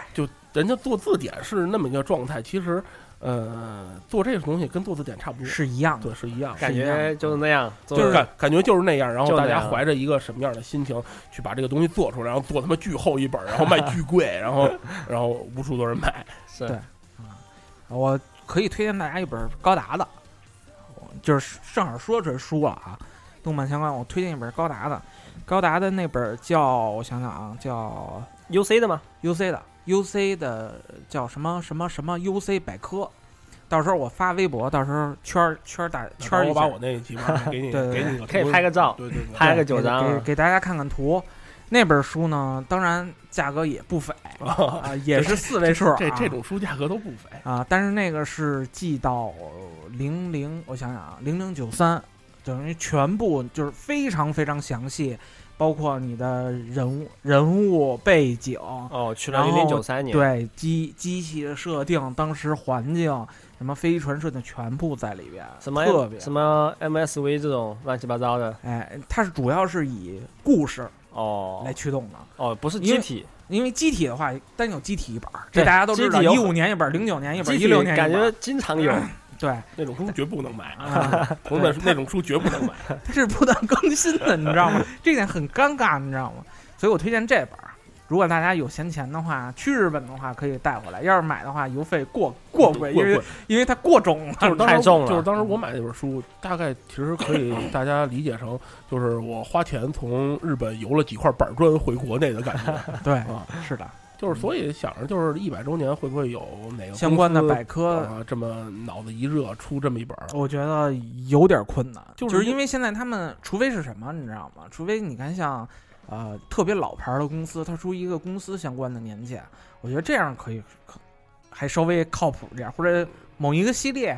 人家做字典是那么一个状态，其实，呃，做这个东西跟做字典差不多，
是一样的
对，。是一样的，
感觉就是那样，嗯就
就是感感觉就是那样，然后
就
大
那
家
样
怀着一个什么样的心情去把这个东西做出来，然后做他妈巨厚一本，然后卖巨贵，然后然后无数多人买，
是
对我可以推荐大家一本高达的，我就是正好说这书了啊，动漫相关，我推荐一本高达的，高达的那本叫我想想啊，叫
UC 的嘛，
UC 的 UC 的叫什么什么什么 UC 百科，到时候我发微博，到时候圈儿圈儿大圈儿
我
一
把
下
我，那几本给你
对对
给你个
可以拍个照，
对对对，
拍个
对
九张
给
啊
给给大家看看图。那本书呢，当然价格也不菲
啊
啊，也是四位数啊，
这这种书价格都不菲，
啊，但是那个是寄到零零，我想想啊，零零九三，等于全部就是非常非常详细，包括你的人物、人物背景，
哦，去了
然
零
后
零九三年，
对机机器的设定、当时环境、什么飞船设定，全部在里边，
什么
特别
什么 MSV 这种乱七八糟的，
哎，它是主要是以故事
哦
来驱动的。
哦，不是
因为
机体，
因为机体的话，单有机体一本儿，
对
这大家都知道。
机体有
一五年一本儿，零九年一本儿，
机
一
体
六年一
感
本
觉
儿。
经常 有，
对，
那种书绝不能买啊，
啊
同志们，那种书绝不能买。
它是不断更新的，你知道吗？这点很尴尬，你知道吗？所以我推荐这本儿。如果大家有闲钱的话，去日本的话可以带回来；要是买的话，邮费过过贵，因为因为它过重了。
就是当时
太重了
就是当时我买那本书，大概其实可以大家理解成，就是我花钱从日本邮了几块板砖回国内的感觉。
对
啊，
是的，
就是所以想着，就是一百周年会不会有哪个
相关的
公司
百科，
啊，这么脑子一热出这么一本儿？
我觉得有点困难，
就
就是是因为现在他们，除非是什么，你知道吗？除非你看像呃特别老牌儿的公司，它出一个公司相关的年鉴，我觉得这样可以可还稍微靠谱点儿，或者某一个系列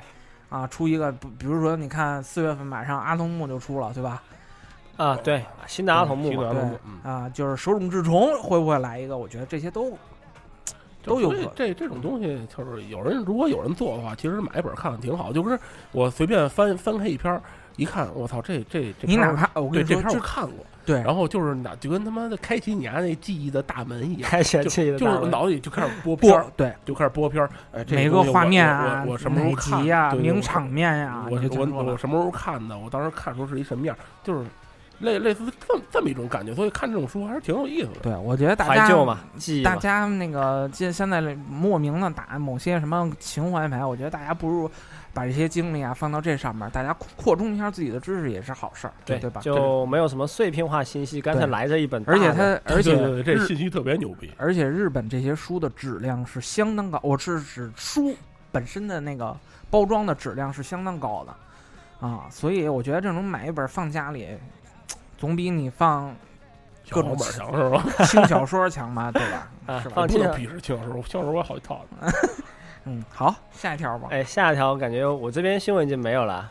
啊出一个，比比如说你看四月份马上阿童木就出了，对吧？
啊，对，新的阿童木
新的阿，
嘛
对
童木，嗯，
啊，就是手冢治虫会不会来一个？我觉得这些都
就
都有
所以
可
这这种东西，就是有人如果有人做的话，其实买一本看看挺好。就是我随便翻翻开一篇儿，一看，我操，这这这
你
篇
哪
儿
怕我跟
对
你
这
说，
篇儿我
就
看过。
对，
然后就是哪就跟他妈的开启你家那记忆的大门一样，
开学
就
期的
就
大
是
门
脑子里就开始播片
播
儿，
对
就开始播片儿。哎，这
每
东
个
西
画
我
面
我
啊，
我我什么时候
哪
看
集啊，
对
名场面呀，
我
你就
我
全说了
我什么时候看的？我当时看的时候是一什么样？就是类类似这么这么一种感觉，所以看这种书还是挺有意思的。
对，我觉得大
怀
家
旧嘛，记忆
大
嘛，
家那个现现在莫名的打某些什么情怀牌，我觉得大家不如把这些精力啊放到这上面，大家扩扩充一下自己的知识也是好事儿，对吧？
就没有什么碎片化信息，刚才
对
来这一本大
而
的，
且它， 而且
对对对这
日
信息特别牛逼。
而且日本这些书的质量是相当高，我是指书本身的那个包装的质量是相当高的啊，所以我觉得这种买一本放家里，总比你放
小
各种
黄本强是吧？
轻小说强吧，对吧？
啊
是吧？
放
不
弃
能
了。
鄙视轻小说，轻小说我有好几套呢。
嗯，好，下一条吧。
哎，下一条感觉我这边新闻已经没有了，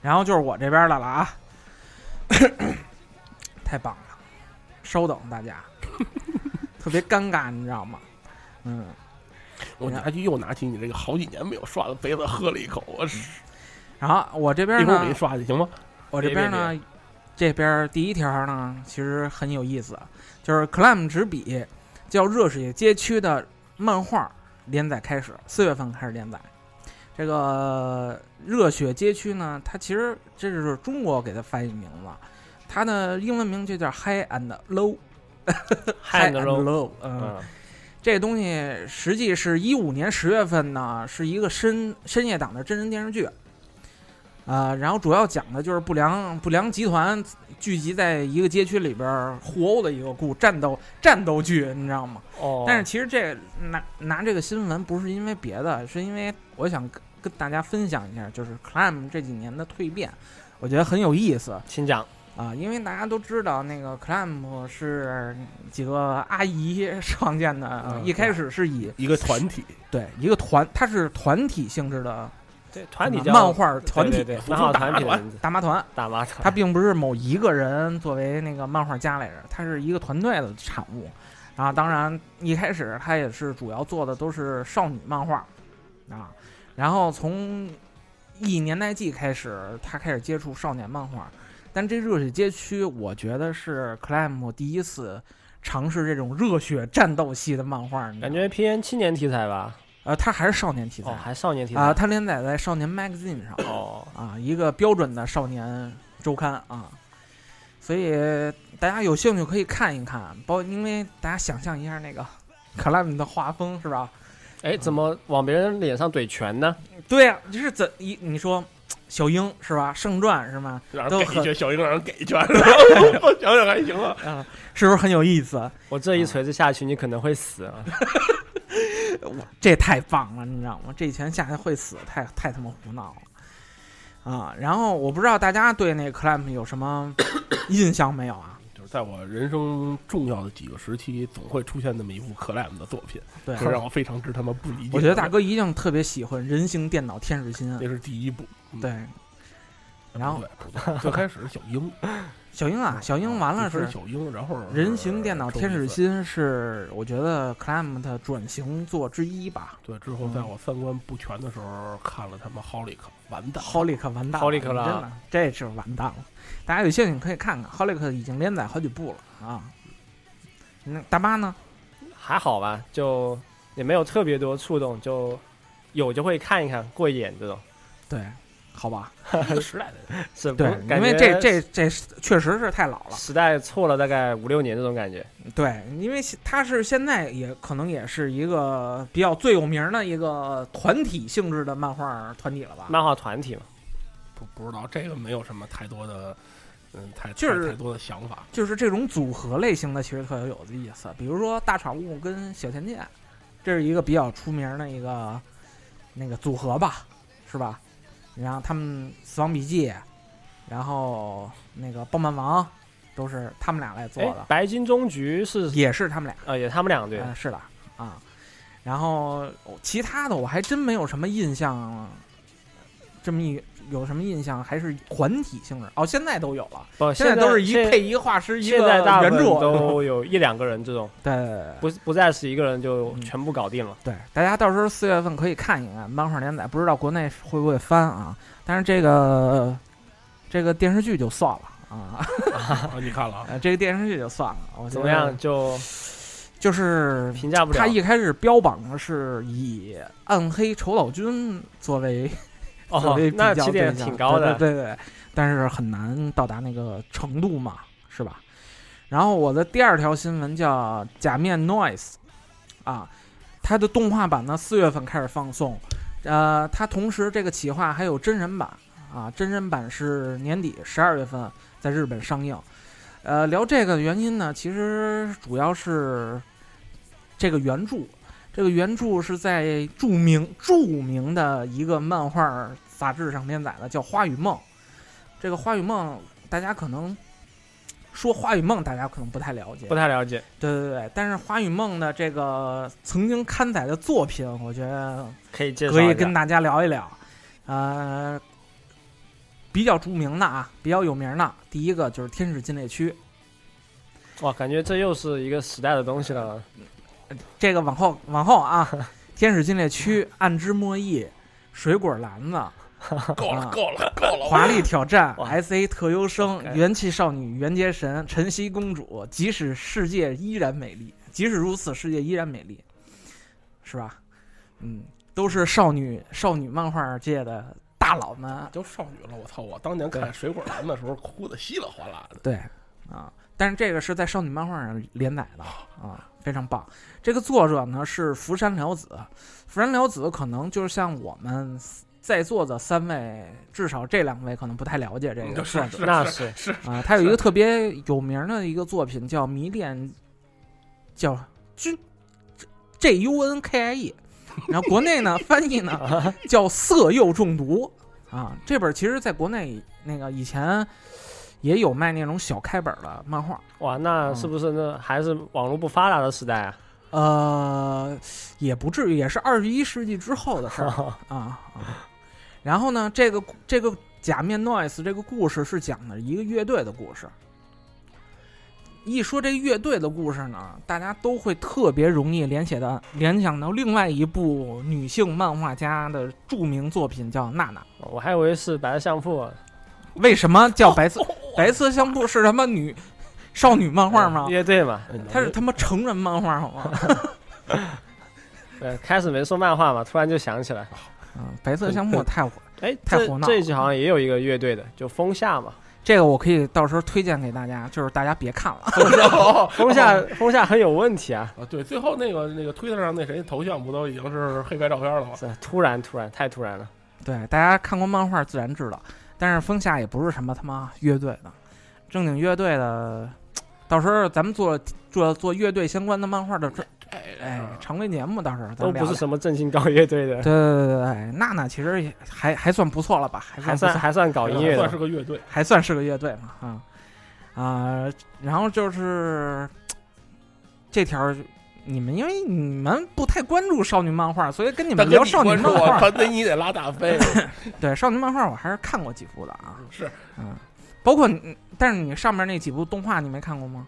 然后就是我这边的了啊， 太棒了！ 稍等大家，特别尴尬，你知道吗？嗯，
我拿去又拿起你这个好几年没有刷的杯子喝了一口，我
然后我这边
一会儿我给
呢
你，刷去行吗？
我这边呢，这边第一条呢，其实很有意思，就是 Clam 纸笔叫《热血街区》的漫画连载开始，四月份开始连载。这个《热血街区》呢，它其实这是中国给它翻译名字，它的英文名就叫 High and Low。
汉
and
的喽，
Low，嗯，
嗯，
这东西实际是一五年十月份呢，是一个深深夜档的真人电视剧，呃，然后主要讲的就是不良不良集团聚集在一个街区里边儿互殴的一个故战斗战斗剧，你知道吗？
哦，
但是其实这拿拿这个新闻不是因为别的，是因为我想跟跟大家分享一下，就是 Clam 这几年的蜕变，我觉得很有意思。
请讲，
啊，因为大家都知道那个 clamp 是几个阿姨 创建的，啊
嗯
一开始是以
一个团体，
对一个团，它是团体性质的
对，团体
啊
叫
漫画团体
对对对漫画团体的名字，
大妈团，
大麻
它
团，
并不是某一个人作为那个漫画家来着，它是一个团队的产物。啊，当然一开始它也是主要做的都是少女漫画，啊，然后从一年代记开始，他开始接触少年漫画。但这热血街区，我觉得是 Clam 第一次尝试这种热血战斗系的漫画，你知道
感
吗
觉偏青年题材吧？
呃，它还是少年嗯题材
哦，
啊、
还少年题
它
材，
连载在少年 Magazine 上。
哦，
啊，一个标准的少年周刊啊，所以大家有兴趣可以看一看，包因为大家想象一下那个克拉姆的画风是吧？
哎，怎么往别人脸上怼拳呢？
对呀、就是怎一你说小樱是吧？圣传是吗？
让
都
人给
很
一拳，小英让人给一拳，我想想还行啊。
啊，是不是很有意思？
我这一锤子下去，你可能会死 啊！
这太棒了，你知道吗？这拳下去会死，太太他妈胡闹了啊！然后我不知道大家对那 clamp 有什么印象没有啊？
就是在我人生重要的几个时期，总会出现那么一部克莱姆的作 品，
对，
这让我非常之他妈不理解。
我觉得大哥一定特别喜欢《人形电脑天使心》啊
这是第一部，嗯
对，然后
不对不对最开始是小鹰，
小樱啊， 小樱完了
最
是
开始小鹰，然后
《人形电脑天使
心。
心》是我觉得 Clam 的转型作之一吧。
对，之后在
嗯
我三观不全的时候看了他们《h o l i c 完蛋，
h o l i c 完蛋
Holic
了，
了
真的，这是完蛋了。大家有兴趣可以看看 h o l i c 已经连载好几部了啊。那大妈呢？
还好吧，就也没有特别多触动，就有就会看一看过一眼这种，
对，好吧，
一个时代的人，
是不
对，
感
因为
觉
这这这确实是太老了。
时代错了大概五六年这种感觉。
对，因为现它是现在也可能也是一个比较最有名的一个团体性质的漫画团体了吧？
漫画团体嘛，
不不知道这个没有什么太多的，嗯，太
就是
太太多的想法。
就是这种组合类型的，其实特有有意思。比如说大场物跟小田健，这是一个比较出名的一个那个组合吧，是吧？然后他们《死亡笔记》，然后那个《暴漫王》，都是他们俩来做
哎
的，，
白金中局是
也是他们俩。
呃也他们俩对，
嗯，是的啊。然后哦其他的我还真没有什么印象，这么一有什么印象还是团体性质哦，现在都有了，
不
现在
在
都是一
现
配一个画师一个
现在大
原
部
著，
分 都有一两个人这种，
对对对对
不不再是一个人就
嗯
全部搞定了。
对，大家到时候四月份可以看一看漫画连载，不知道国内会不会翻啊？但是这个这个电视剧就算了啊，
啊，你看了啊，
呃，这个电视剧就算了。我觉
怎
得
么样？就
就是
评价不了。
他一开始标榜的是以暗黑丑岛君作为作
哦
为，比较
那
对
起点
象
挺高的，
对对对对，但是很难到达那个程度嘛，是吧？然后我的第二条新闻叫《假面 Noise》，啊，它的动画版呢四月份开始放送，呃，它同时这个企划还有真人版啊，真人版是年底十二月份在日本上映。呃，聊这个原因呢，其实主要是这个原著，这个原著是在著名著名的一个漫画杂志上连载的，叫《花与梦》。这个《花与梦》，大家可能说《花与梦》，大家可能不太了解
不，太了解，
对对对。但是《花与梦》的这个曾经刊载的作品，我觉得
可以介绍
可
一
以
下
跟大家聊一聊。呃，比较著名的啊，比较有名的，第一个就是《天使禁猎区》，
哇，感觉这又是一个时代的东西了。
这个往后往后啊，《天使禁猎区》《暗之末翼》《水果篮子》
够了，够了，够
《
了！
啊华丽挑战》
哇
S A 特优生、
OK
元气少女、元杰神、晨曦公主。即使世界依然美丽，即使如此，世界依然美丽，是吧？嗯，都是少女少女漫画界的大佬们
都少女了，我操！我当年看《水果篮》的时候，哭的稀里哗啦的。
对，啊，但是这个是在少女漫画上连载的啊，非常棒。这个作者呢是福山辽子，福山辽子可能就是像我们在座的三位，至少这两位可能不太了解这个
嗯就
作
是
者
是
那是
是
啊，他有一个特别有名的一个作品叫《迷恋》，叫军 J U N K I E，然后国内呢翻译呢
啊，
叫《色诱中毒》啊。这本其实在国内那个以前也有卖那种小开本的漫画，
哇，
嗯
那是不是那还是网络不发达的时代啊？
呃，也不至于，也是二十一世纪之后的事儿啊啊。然后呢，这个故这个假面 noise 这个故事是讲的一个乐队的故事。一说这乐队的故事呢，大家都会特别容易联写到联想到另外一部女性漫画家的著名作品叫《娜娜》。
我还以为是白色相啊扑，
为什么
哦
叫白色、 白色相扑是他妈女少女漫画吗
呃？乐队嘛，
它 是他妈成人漫画好吗？
呃，开始没说漫画嘛，突然就想起来，
嗯，白色相扑太火
哎，
太
这
胡闹
这
了
一集好像也有一个乐队的，就风夏嘛，
这个我可以到时候推荐给大家，就是大家别看了。 哦
风夏风夏很有问题啊，
啊，对，最后那个那个推特上那谁头像不都已经是黑白照片了吗？
是啊突然突然太突然了，
对，大家看过漫画自然知道，但是风夏也不是什么他妈乐队的，正经乐队的，到时候咱们做做做乐队相关的漫画的专哎
啊
常规节目，到时候咱
啊都
们聊
不
聊
是。什么正经搞乐队的，
对对对对，对娜娜其实也还还算不错了吧，还算
还
不
算
错
还算搞音乐
算
的
是个乐队。
还算是个乐队嘛啊啊、然后就是这条儿，你们因为你们不太关注少女漫画，所以跟你
大
们
哥，
聊少女漫
我，
画，
团队你得拉大飞。
对少女漫画我还是看过几部的啊，
是
嗯，包括你，但是你上面那几部动画你没看过吗？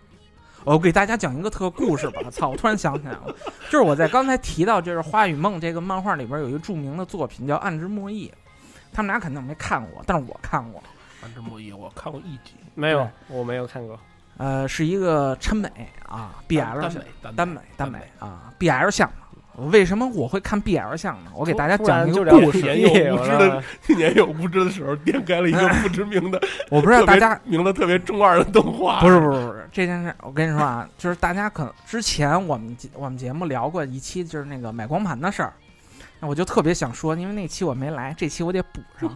我给大家讲一个特故事吧， 操！我突然想起来了，就是我在刚才提到，就是《花与梦》这个漫画里边有一个著名的作品叫《暗之末翼》，他们俩肯定没看过，但是我看过。
安之莫伊，我看过啊一集。
没有，我没有看过，
呃，是一个抻美啊，BL
单
项
美，单
耽
美
美，耽美啊，BL 项目。为什么我会看 BL 项目？我给大家
突然
讲一
就
个
聊
故
起
事，
年幼
业
无
我
知
了
的去年有无知的时候，点开了一个不知名的，
我 不知道
特
大
别
家
名字特别中二的动画。
不是不是不是这件事，我跟你说啊，就是大家可能之前我们节我们节目聊过一期，就是那个买光盘的事儿。那我就特别想说，因为那期我没来，这期我得补 上。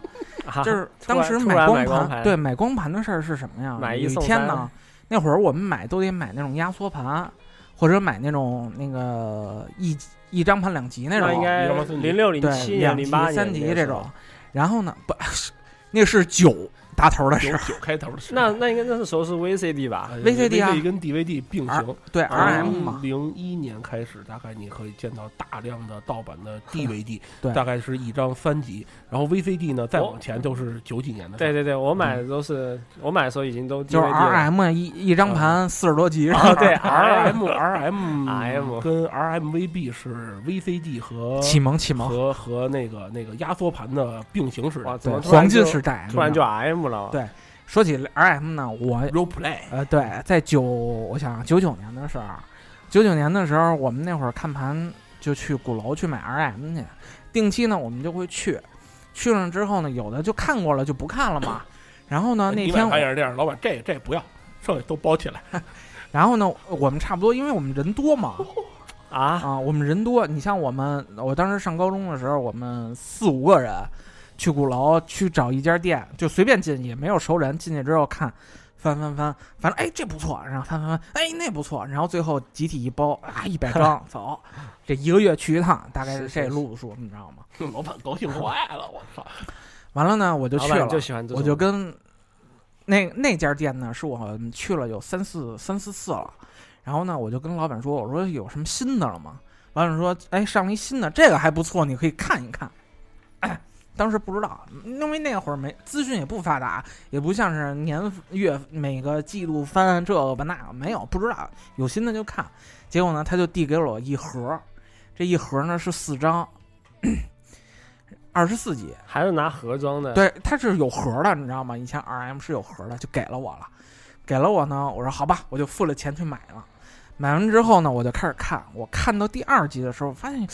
啊
就是
突
当
然
时
突然买光
光
盘
对买光盘的事儿是什么呀？
买一
有一
送
天
三
呢，那会儿我们买都得买那种压缩盘，或者买那种那个一一张盘两集那种。
应该
你要么自己
零六零
对，
七年、
两
零
级
八年
三级
那
这
时候
种。。然后呢，不，那是九打头的
九
时候，
九开头的是呃
那那应该那时候是 VCD 吧？
VCD 啊
跟 DVD 并行。
对
啊
RM 嘛，
嗯零一年开始，大概你可以见到大量的盗版的 DVD，
对
大概是一张三集。然后 VCD 呢，再往前就是九几年的事
对
儿。
对对，我买的都是我买的时候已经都
就是
DVD 了
RM 一一张盘四十多集，
啊， 对
RM
嗯
，RM
RM
RM
跟 RMVB 是 VCD 和
启蒙启蒙，
和和那个那个压缩盘的并行时代
哇，怎
对
么突然
黄金
就
时代，
突然就
真的
RM 了？
对说起 RM 呢，我
role play。
呃对，在九我想啊九九年的时候，啊九九年的时候我们那会儿看盘就去鼓楼去买 RM 去，定期呢我们就会去，去了之后呢，有的就看过了就不看了嘛，然后啊呢那
呃你
天
买
我
看也是这样，老板这这不要，剩下都包起来。
然后呢，我们差不多，因为我们人多嘛，
啊，
啊，我们人多。你像我们，我当时上高中的时候，我们四五个人去鼓楼去找一家店，就随便进，也没有熟人。进去之后看，翻翻翻，反正哎这不错，然后翻翻翻，哎那不错，然后最后集体一包啊一 百张走，这一个月去一趟，大概是
是是
这路数，你知道吗？
老板高兴坏了，我操！
完了呢，我就
老
去
板
了，
就喜欢这种，
我就跟那那家店呢，是我去了有三四三四次了。然后呢，我就跟老板说：“我说有什么新的了吗？”老板说：“哎，上了一新的，这个还不错，你可以看一看。哎”当时不知道，因为那会儿没资讯也不发达，也不像是年月每个季度翻这个吧那个，没有不知道有新的就看。结果呢，他就递给了我一盒，这一盒呢是四张， 二十四集。
还是拿盒装的，，
对，它是有盒的，你知道吗？以前 RM 是有盒的，就给了我了。给了我呢，我说好吧，我就付了钱去买了。买完之后呢，我就开始看。我看到第二集的时候，发现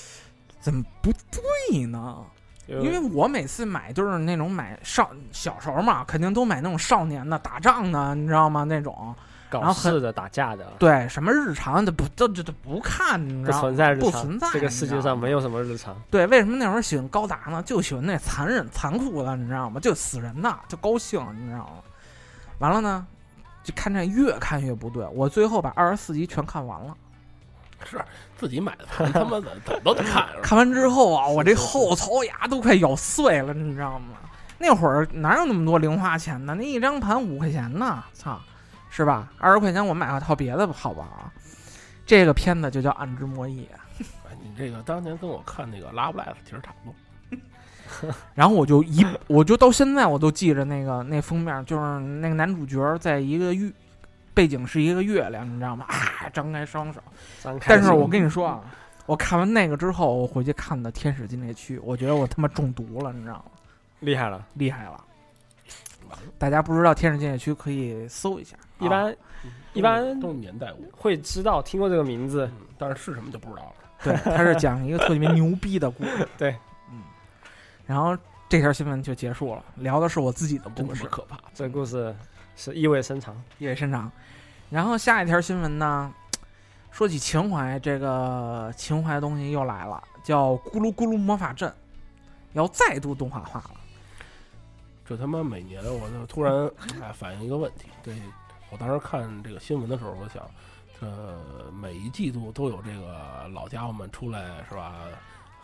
怎么不对呢？
嗯
因为我每次买就是那种买少小时候嘛，肯定都买那种少年的打仗的，你知道吗？那种然
搞
后很
事的、打架的，
对什么日常的不这这这不看，你知
不
道吗
存在日
不
常，
存在
这个
你
世
知
界
道
上
吗
没有什么日常。
对，为什么那会儿喜欢高达呢？就喜欢那残忍、残酷的，你知道吗？就死人的，就高兴，你知道吗？完了呢，就看这越看越不对，我最后把二十四集全看完了。
自己买的，他妈的怎么都得看。
看完之后啊，我这
是是
后槽牙都快咬碎了，你知道吗？那会儿哪有那么多零花钱呢？那一张盘五块钱呢，操，是吧？二十块钱我买了套别的吧，好不好？这个片子就叫《暗之魔翼》，
哎你这个当年跟我看那个拉布赖斯其实差不多。
然后我就一，我就到现在我都记着那个那封面，就是那个男主角在一个月，背景是一个月亮，你知道吗？啊，张开双手。
张开嗯
但是
心
我跟你说啊，我看完那个之后，我回去看的《天使禁猎区》，我觉得我他妈中毒了，你知道吗？
厉害了，
厉害了！大家不知道《天使禁猎区》可以搜一下，
一
啊
般一般
都是年代物，
会知道听过这个名字，。
嗯，但是是什么就不知道了。
对，他是讲一个特别牛逼的故事
对，
嗯，然后这条新闻就结束了，聊的是我自己的
真
故
他
事
妈。可怕！
这故事是意味深长。
意味深长。然后下一条新闻呢，说起情怀，这个情怀的东西又来了，叫《咕噜咕噜魔法阵》，要再度动画化了。
这他妈每年我就突然哎反映一个问题，这我当时看这个新闻的时候，我想，这每一季度都有这个老家伙们出来是吧？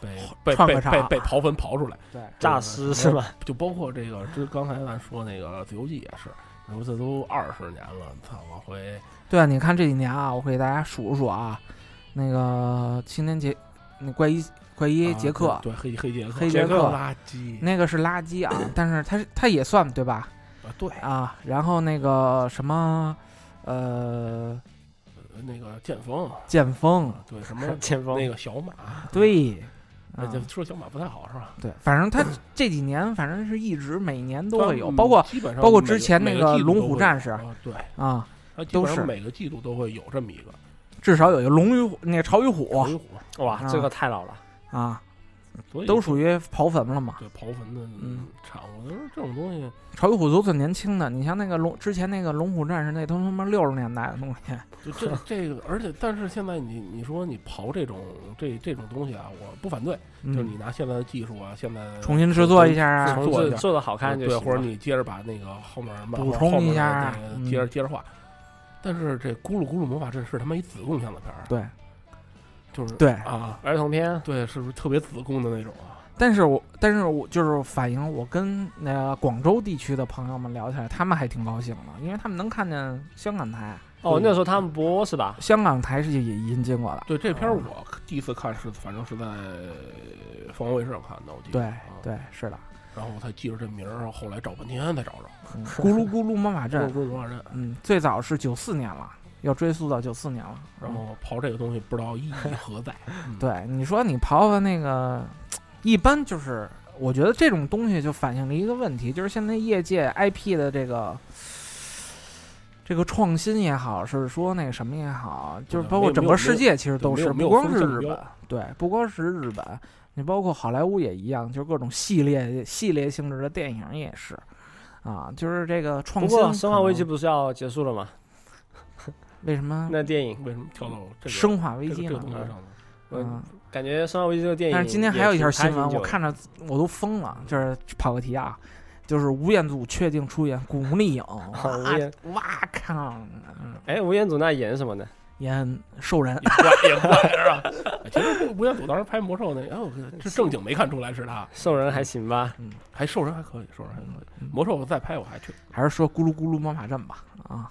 被被
串
被
个场
被被刨坟刨出来，
对，
诈尸是吧？
就包括这个，这刚才咱说那个《自由记》也是，你说这都二十年了，操，往回
对啊，你看这几年啊，我给大家数数啊，那个青年杰，那怪医怪医杰克，
啊对黑黑杰克，
黑杰克
垃圾，
那个是垃圾啊，但是他他也算对吧？
啊对，
啊，然后那个什么，呃，
那个剑锋，
剑锋，
啊对什 么
前锋
那个小马，啊
对，
哎，
啊
这说小马不太好是吧？
对，反 正他这几年反正是一直每年都会有，
嗯
包括
基本上
包括
每
之前
每
那个
个季度
龙
都
虎
会
战
有
士
啊对，
啊，
它基本
都是
上每个季度都会有这么一个
至少有一个龙与虎那个潮与虎
回虎，
哇，这个太老了，
啊，
所以
都属于刨坟了嘛。
对刨坟的
嗯
产物。我觉得这种东西，
潮与虎都算年轻的，你像那个龙之前那个龙虎战士，那都他妈六十年代的东西。
就这这个，而且但是现在你你说你刨这种这这种东西啊，我不反对，就是
嗯，
你拿现在的技术啊，现在的
重新制作一下啊，
重做一
重
下
制哎做的好看就
对，
行了。
或者你接着把那个后面漫画
补充
后面
一下
的那
嗯
个接着接着画。但是这《咕噜咕噜魔法阵》是他妈一子贡向的片儿，啊
对
就是
对。
啊，
儿童片，
对，是不是特别子贡的那种啊？
但是我但是我就是反映我跟那个广州地区的朋友们聊起来，他们还挺高兴的，因为他们能看见香港台，
哦，那时候他们播是吧？
香港台是也引进过的。
对这片
啊
儿我第一次看是，反正是在凤凰卫视上看的，我记得。
对
啊，
对，是的，
然后我才记着这名儿，然后后来找半天才找着。
嗯咕噜咕噜魔法阵
《孤独魔法阵》，
嗯，最早是九四年了，要追溯到九四年了。
然后刨这个东西不知道意义 何在。嗯，
嗯对你说你刨刨那个，一般就是我觉得这种东西就反映了一个问题，就是现在业界 IP 的这个这个创新也好，是说那个什么也好，就是包括整个世界其实
就
都
没
是，
有没
不
有
光
分
是
向
日本
标，
对，不光是日本，你包括好莱坞也一样，就是各种系列系列性质的电影也是。啊，就是这个创
不
新可
过
能。嗯
《生化危机》不是要结束了吗？
为什么
那电影，
为什么跳到这个
生化危
这个
机
这个
呢？
东西上呢？
嗯
我，感觉《生化危机》这个电影，
但是今天还有一条新闻，我看着我都疯了，就是跑个题啊，就是吴彦祖确定出演《古墓丽影》
哦吴彦
哇，哇靠，嗯
哎，吴彦祖那演什么呢？
演兽人，
也怪也怪是吧？哎其实吴彦祖当时拍魔兽那，哎，我这正经没看出来是他，
兽人还行吧？
还兽人还可以，兽人还可以。
嗯
魔兽再拍我还去，
还是说咕噜咕噜魔法阵吧啊，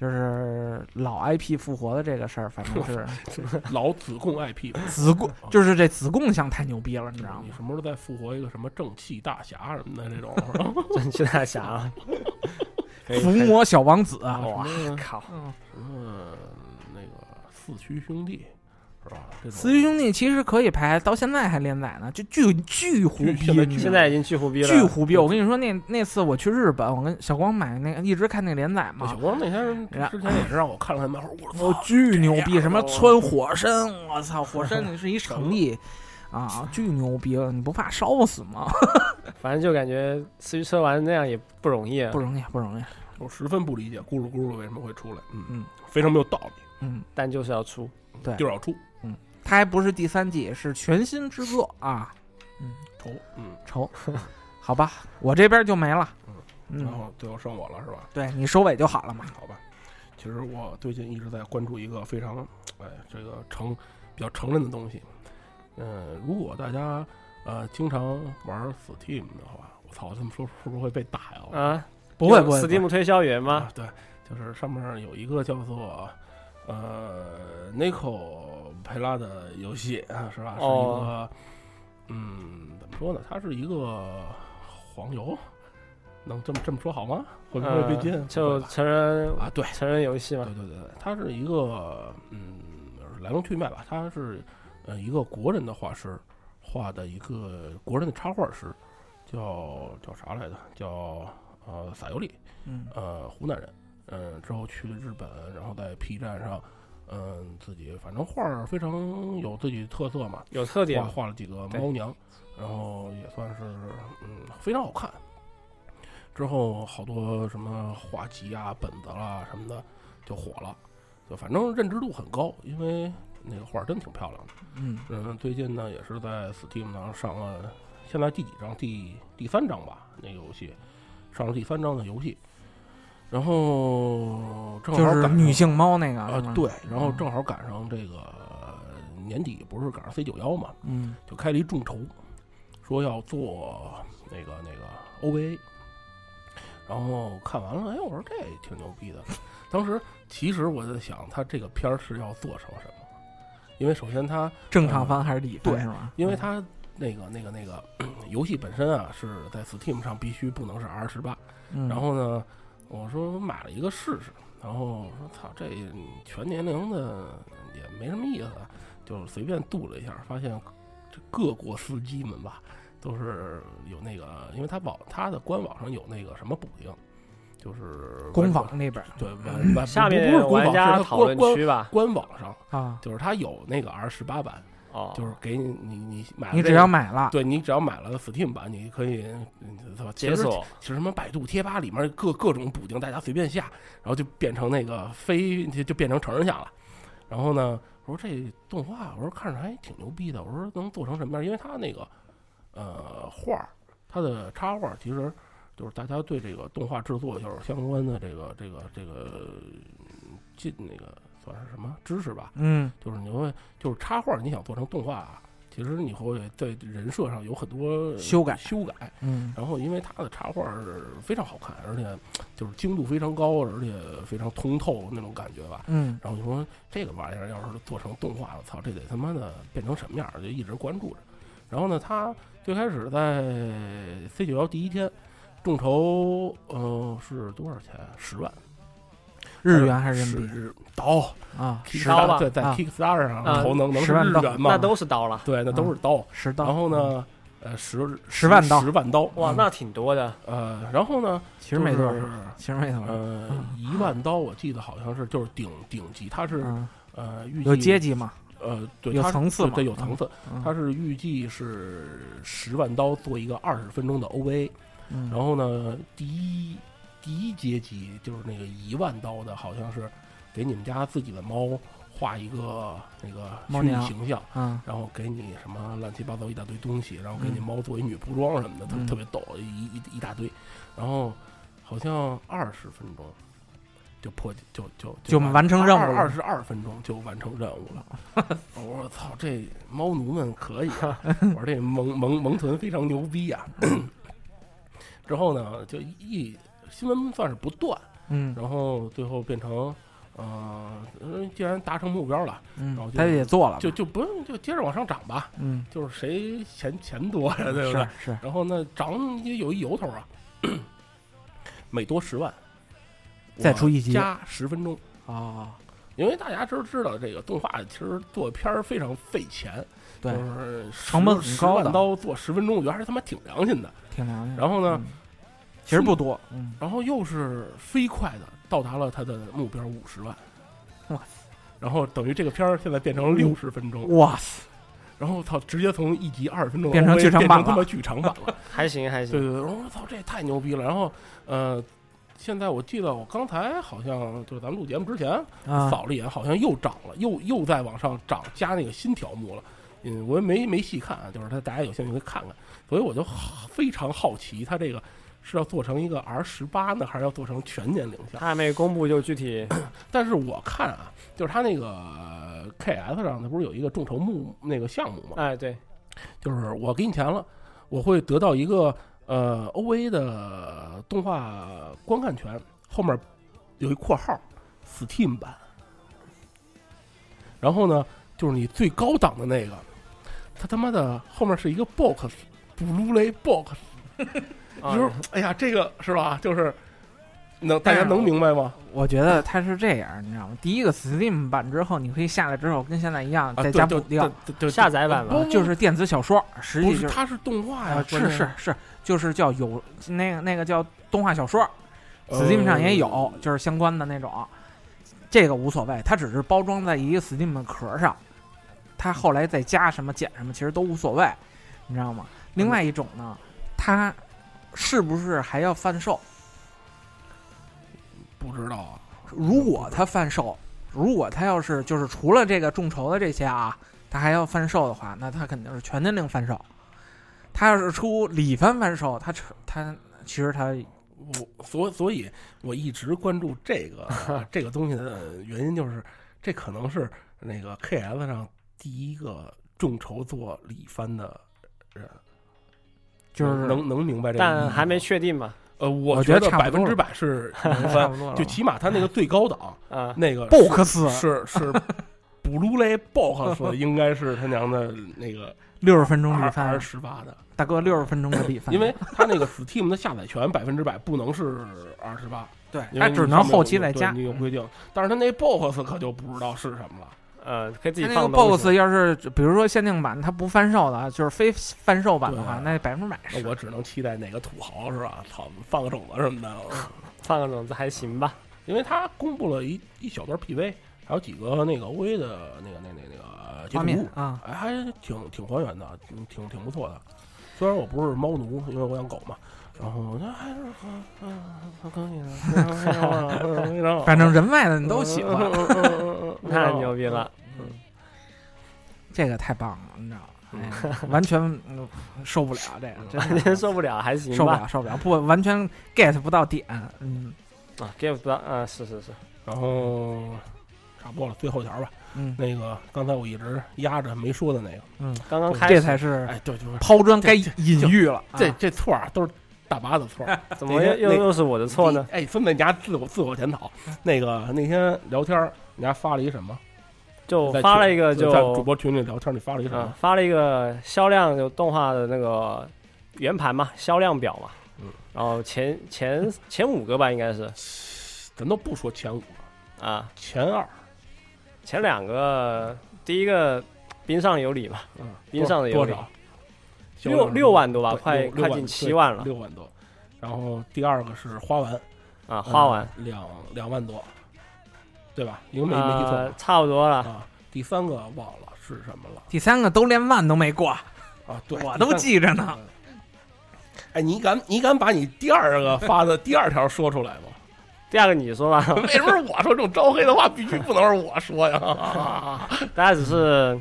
就是老 IP 复活的这个事儿，反正是
老子贡 IP，
子贡，就是这子贡像太牛逼了，你嗯
你
知道吗？
什么时候再复活一个什么正气大侠什么的这 种？是吧
真去大侠啊！可以
伏魔小王子，啊
什
嗯哇嗯
么
靠！
嗯，
什么那个四驱兄弟，是吧？这
死
种
鱼兄弟其实可以排，到现在还连载呢，就巨巨胡
巨
逼，
现在
你知道吗
现在已经巨胡逼了，
巨胡逼！我跟你说，那那次我去日本，我跟小光买那个，一直看那连载
对
嘛
小，光那天
然
之前也是让我看了看漫画，我
我
操，
巨牛
这
逼！
样
什么
的
穿火山，我操，火山是一场地啊，巨牛逼了！你不怕烧死吗？
反正就感觉四驱车玩那样也不容易啊
不，容易，不容易。
我十分不理解咕噜咕噜为什么会出来，嗯
嗯，
非常没有道理，
嗯，
但就是要出。
对
就是要出
它还不是第三季，是全新制作啊，
愁，嗯，
愁。好吧，我这边就没了。
然
嗯，
后最后剩我了是吧？
对你收尾就好了嘛。
好吧，其实我最近一直在关注一个非常，哎，这个成比较承认的东西。嗯，如果大家呃经常玩 Steam 的话，我操，这么说是不是会被打呀？
啊，
不会
用
不会不会
Steam 推销员吗
啊？，对，就是上面有一个叫做呃 Nico 佩拉的游戏啊，是吧？是一个、
哦
嗯，怎么说呢？它是一个黄油，能这么这么说好吗？会不会被
嗯
禁？不
就
会吧
成人
啊，对。
成人游戏嘛
对，对对，它是一个嗯来龙去脉吧，它是呃一个国人的画师画的一个国人的插画师，叫叫啥来着？叫呃撒尤里，
嗯
呃湖南人，嗯、之后去了日本，然后在 B 站上。嗯，自己反正画儿非常有自己的特色嘛，
有特点
画。画了几个
对
猫娘，然后也算是嗯非常好看。之后好多什么画集啊、本子啦、什么的就火了，就反正认知度很高，因为那个画儿真挺漂亮的。
嗯
嗯，最近呢也是在 Steam 上上了，现在第几章？第第三章吧，那个游戏上了第三章的游戏，然后正好
就是
赶上
女性嗯猫那个
啊
是吗，
对，然后正好赶上这个年底，不是赶上 C 九幺嘛，
嗯
就开了一众筹，说要做那个那个 OVA。然后看完了，哎，我说这挺牛逼的。当时其实我在想，他这个片儿是要做成什么？因为首先他，
正常翻还是底翻
对
是吧？
因为他那个那个那个游戏本身啊，是在 Steam 上必须不能是 R 十八，
嗯，
然后呢，我说买了一个试试，然后我说操，这全年龄的也没什么意思，就是随便度了一下，发现这各国司机们吧，都是有那个，因为它网它的官网上有那个什么补丁，就是
工
网
坊那边
对
嗯
玩玩
下面
不是官
玩
网，
家
是它
讨
官
论
官
区吧。
官网上，
啊，
就是它有那个 R 十八版，
哦，
就是给你你你买了
你
这
只
个
要买了，
对你只要买了 Steam 版，你可以嗯是吧
解锁
其实什么百度贴吧里面各各种补丁，大家随便下，然后就变成那个非就就变成成人向了。然后呢，我说这动画，我说看着还挺牛逼的，我说能做成什么样？因为它那个呃画儿，它的插画儿其实就是大家对这个动画制作就是相关的这个这个这个嗯进那个算是什么知识吧，
嗯
就是你会就是插画，你想做成动画啊，其实你会在人设上有很多
修改
修改。
嗯
然后因为他的插画是非常好看，而且就是精度非常高，而且非常通透那种感觉吧。
嗯
然后就说这个玩意儿要是做成动画，我操，这得他妈的变成什么样儿？就一直关注着。然后呢，他最开始在 C 九幺第一天众筹，呃，是多少钱？十万
日元还是人民币
币？刀
啊？
十刀吧
在在
啊
Kickstarter 上
啊
投能能
十
是
万
日
刀
元吗？
那都嗯是刀了。
对，那都是刀。
十嗯刀。
然后？呢，呃，十
十万刀
十万刀。
哇
嗯，
那挺多的。
呃，然后呢，
其
其
实没多少，嗯其实没多少。
呃，一万刀我记得好像是就是顶顶级，它是
嗯，
呃预计
有阶级嘛？
呃对
有
它是
层次
对
嘛
对有层次，
嗯
它是预计是十万刀做一个二十分钟的 OVA，
嗯
然后呢，第一第一阶级就是那个一万刀的，好像是给你们家自己的猫画一个那个
猫
虚拟
娘
形象。
嗯
然后给你什么乱七八糟一大堆东西，然后给你
嗯
猫做一女仆装什么的，特、
嗯
特别逗，一一一大堆，然后好像二十分钟就破就就
就完成任务了
二十二分钟就完成任务了。 我说操，这猫奴们可以啊！我说这萌萌萌豚非常牛逼 呀、之后呢，就一一新闻算是不断，
嗯
然后最后变成，呃，既然达成目标了，然后
嗯，
就
他也做了嘛，
就就不用就接着往上涨吧。
嗯，
就是谁钱钱多呀，对不对
是？是，
然后呢，涨也有一由头啊， 每多十万
再出一集
加十分钟，
哦，
因为大家知知道这个动画其实做片儿非常费钱，
对
就是
成本很
十
高的
十万刀做十分钟，我觉得还是他妈挺良心的。
挺良心的。
然后呢，
嗯，其实不多，嗯，
然后又是飞快的到达了他的目标五十万，
哇！
然后等于这个片儿现在变成六十分钟，
嗯哇塞，
然后操，直接从一集二十分钟
变成剧场版了
变成他妈剧场版了。
还行还
对对
行，
对，然后我操，这也太牛逼了。然后呃，现在我记得我刚才好像就是咱们录节目之前
啊，
扫了一眼，好像又涨了，又又在往上涨，加那个新条目了。嗯，我也没没细看啊，就是他大家有兴趣可以看看。所以我就好非常好奇，他这个是要做成一个 R 十八呢，还是要做成全年龄向？
他还没公布就具体
但是我看啊，就是他那个 KS 上，他不是有一个众筹目那个项目吗？
哎对，
就是我给你钱了，我会得到一个呃 OVA 的动画观看权，后面有一括号 Steam 版。然后呢，就是你最高档的那个，它他妈的后面是一个 box Blu-ray box，
啊
就是哎呀，这个是吧？就是哎能大家能明白吗？
我觉得它是这样，你知道吗？第一个 Steam 版之后，你可以下来之后跟现在一样，
啊，
在
对
家
就
补掉，啊
就就
下载版
不
吧，
不
就是电子小说，实
不
际
是，
就是
它是动画
啊，
呀关
是
键
是是，就是叫有那个那个叫动画小说
呃
，Steam 上也有，就是相关的那种，这个无所谓，它只是包装在一个 Steam 的壳上，它后来再加什么减什么，其实都无所谓，你知道吗？另外一种呢，它是不是还要贩售？
不知道啊。
如果它贩售，如果它要是就是除了这个众筹的这些啊，它还要贩售的话，那它肯定是全年龄贩售。它要是出里番贩售，它扯它其实它
我所所以，我一直关注这个、 这个东西的原因就是，这可能是那个 KS 上第一个众筹做李帆的人，
就是
能能明白这个意思吗，
但还没确定吧，
呃，
我
我
觉得
得
差
百
不多
分之百 是李
哎差
帆，
不多了
就起码他那个最 高档
啊，
那个
布克斯
是 是是 Blu-ray box 应该是他娘的那个
六十分钟
二
里番，
十八的，
大哥六十分钟的里番，
啊因为他那个 Steam 的下载权百分之百不能是二十八。
对
因为
它
你
只
上
能
面
后
有
期再
对
加。
你有规定，但是他那 box 可就不知道是什么了。
呃，可以自己
它那
放
个
东
BOSS
西。
要是比如说限定版，它不贩售的啊，就是非贩售版的话，
对哦
那百分之百
那
是。
我只能期待哪个土豪是吧？操，放个种子什么的，
放个种子还行吧，
因为他公布了一一小段 PV，还有几个那个 OVA 的那个那那那个截
画面
图，
啊，
哎，还挺挺还原的，挺挺挺不错的。虽然我不是猫奴，因为我养狗嘛，然后我觉得还是很很可以的，
反正人外的你都喜欢，，
哦
太牛逼了。
这个太棒了，你知道吗？哎 呀完全嗯受不了这个，真的
完全受不了，还行
受不
吧？
了，受不了，不完全 get 不到点。嗯
啊，get 不到啊，是是是，
然后差不多了，最后一条吧。
嗯
那个刚才我一直压着没说的那个，
嗯，
刚刚开
这
始，
才是
哎，对，就是
抛砖该引玉了。
这
啊
这错儿啊都是大把的错儿。
怎么又
那
又
那
又是我的 错呢？
哎，孙子，你家自我自我检讨。那个那天聊天儿，你家发了一什么？
就
在
发
群
了一个就
在主播群里聊天，你发了一什
啊
么，？
发了一个销量就动画的那个圆盘嘛，销量表嘛。
嗯。
然后前前前五个吧，应该是
咱都不说前五，
啊，
前二，
前两个第一个冰上有理嘛，
嗯，
冰上的有
多
理
少？
六六万多吧，
对
快
六六
快
万
近
对
七万了
六万多。然后第二个是花完，
啊，花完
嗯。两两万多，对吧？因嗯为没没记错
呃
吧，
差不多了，
啊。第三个忘了是什么了
第三个都连万都没过，
啊？对，
我
第
都
三个
记着呢。
哎，你敢你敢把你第二个发的第二条说出来吗？
第二个你说吧，
为什么是我说这种招黑的话必须不能是我说呀？
大家只是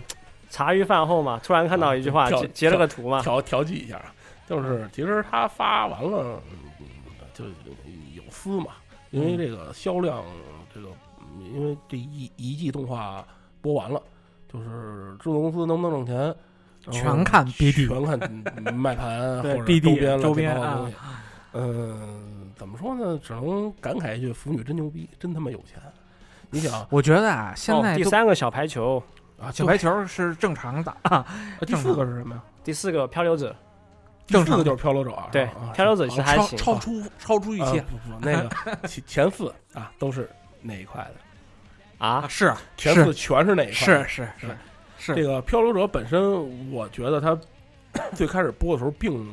茶余饭后嘛，突然看到一句话，
啊跳
截截了个图嘛，
调调剂一下，就是其实他发完了，嗯就有私嘛，因为这个销量，这个嗯因为这一一季动画播完了，就是制作公司能不能挣钱，然后
全看 BD
全看嗯卖盘或
对
者周边
，BD 周
了这
边
套东
啊
西，嗯，怎么说呢？只能感慨一句：腐女真牛逼，真他妈有钱。你想
我觉得啊，现
哦、
在
第
都
三个小排球，
啊，
小
就
白球是正常的，啊
啊第四个是什么呀？
第四个漂流者，
第
正
四
常
个就是漂流者啊，
对
是吧啊
漂流者
是
其实
啊
还
超
行
超出超出预
啊
期。
不不，那个前前四啊都是那一块的
啊，
啊，
是
全
是
是全是那一块
是
儿。
是是
是
是
这个《漂流者》本身，我觉得它最开始播的时候并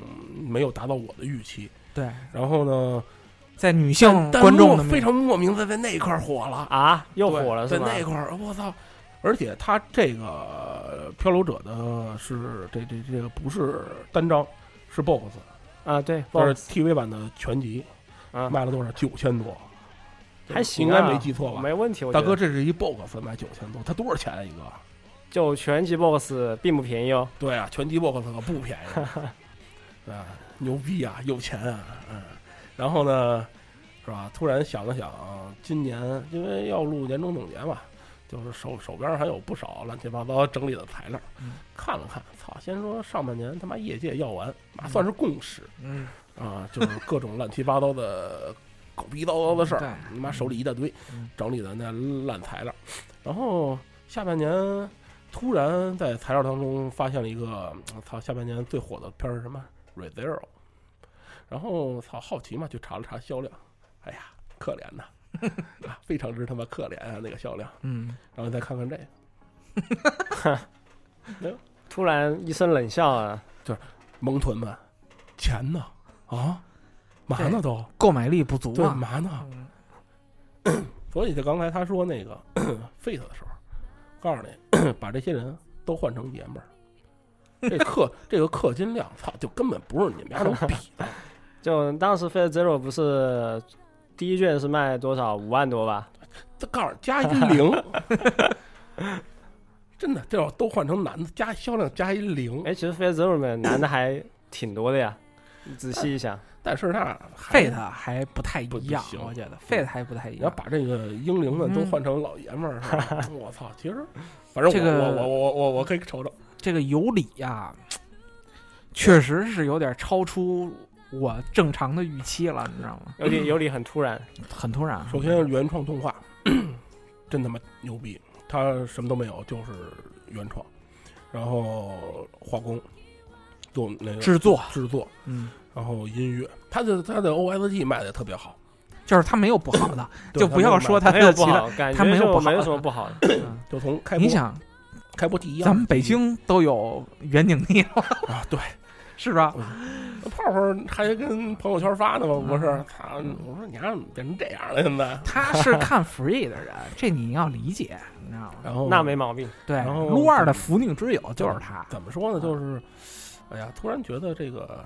没有达到我的预期。
对，
然后呢，
在女性
但
观众的
莫非
面
常莫名的在那一块儿火了，
啊，又火了是
对
吗
在？那块儿，我操！而且它这个呃《漂流者》的是这这这个不是单张，是 BOSS，
啊，对，
这是
boss，
TV 版的全集，
啊，
卖了多少？九千多，
还行
应
啊，
该没记错吧？
没问题。我
大
觉
哥，
得，
这是一 BOSS 卖九千多，它多少钱啊一个？
就全集 boss 并不便宜哦。
对啊，拳击 BOSS 可不便宜， 啊，牛逼啊，有钱啊，嗯。然后呢，是吧？突然想了想，今年因为要录年终总结嘛，就是手手边还有不少乱七八糟整理的材料，
嗯
看了看，操，先说上半年他妈业界药丸，妈
嗯
算是共识
嗯
啊，就是各种乱七八糟的狗逼叨叨的事儿，
嗯对
你妈手里一大堆
嗯，
整理的那烂材料，然后下半年突然在材料当中发现了一个，嗯操，下半年最火的片儿是什么？ReZero，然后操好奇嘛，就查了查销量，哎呀，可怜 呐，啊非常之他妈可怜啊那个销量，
嗯，
然后再看看这个，
突然一声冷笑啊，
萌豚们，钱呢？啊，嘛呢都？
购买力不足
对，
啊，
嘛呢？
嗯
所以就刚才他说那个 Fate 的时候，告诉你， 把这些人都换成爷们儿，这氪这个氪金量，操，就根本不是你们家能比的。
就当时 Fate Zero 不是第一卷是卖多少？五万多吧？
这告诉你加一零，真的，这要都换成男的，加销量加一零。
哎，其实 Fate Zero 里面男的还挺多的呀，你仔细一想，
但是那还
Fate 还不太
不
一
不
样，
行
我觉得 Fate 还不太一
你要
样。
把这个英灵们都换成老爷们儿， 是吧我操！其实，反正我、
这个
我我我我我可以瞅瞅，
这个有理呀、确实是有点超出我正常的预期了，你知道吗？
有理有理很突然。
很突然啊。
首先是原创动画， 真他妈牛逼，他什么都没有，就是原创，然后画工，做那个
制作，
制作，
嗯，
然后音乐，他的他的 OST 卖的特别好，
就是它没有不好的，
对
就不要说
他
它
没有
的
不
其他。
好，感
他没
觉
有
就
不好
没有什么不
哦
好的。
嗯
没有就从开播
你想，
开播第一样，
咱们北京都有圆顶地了，
啊， 对，
是吧？
泡泡还跟朋友圈发呢吗？不是
嗯，
他我说你丫怎么变成这样了现在？
他是看 free 的人，这你要理解，你知道吗？
然后
那没毛病，
对，
然后
撸二的伏命之友就是他。
怎么说呢？
嗯
就是，哎呀，突然觉得这个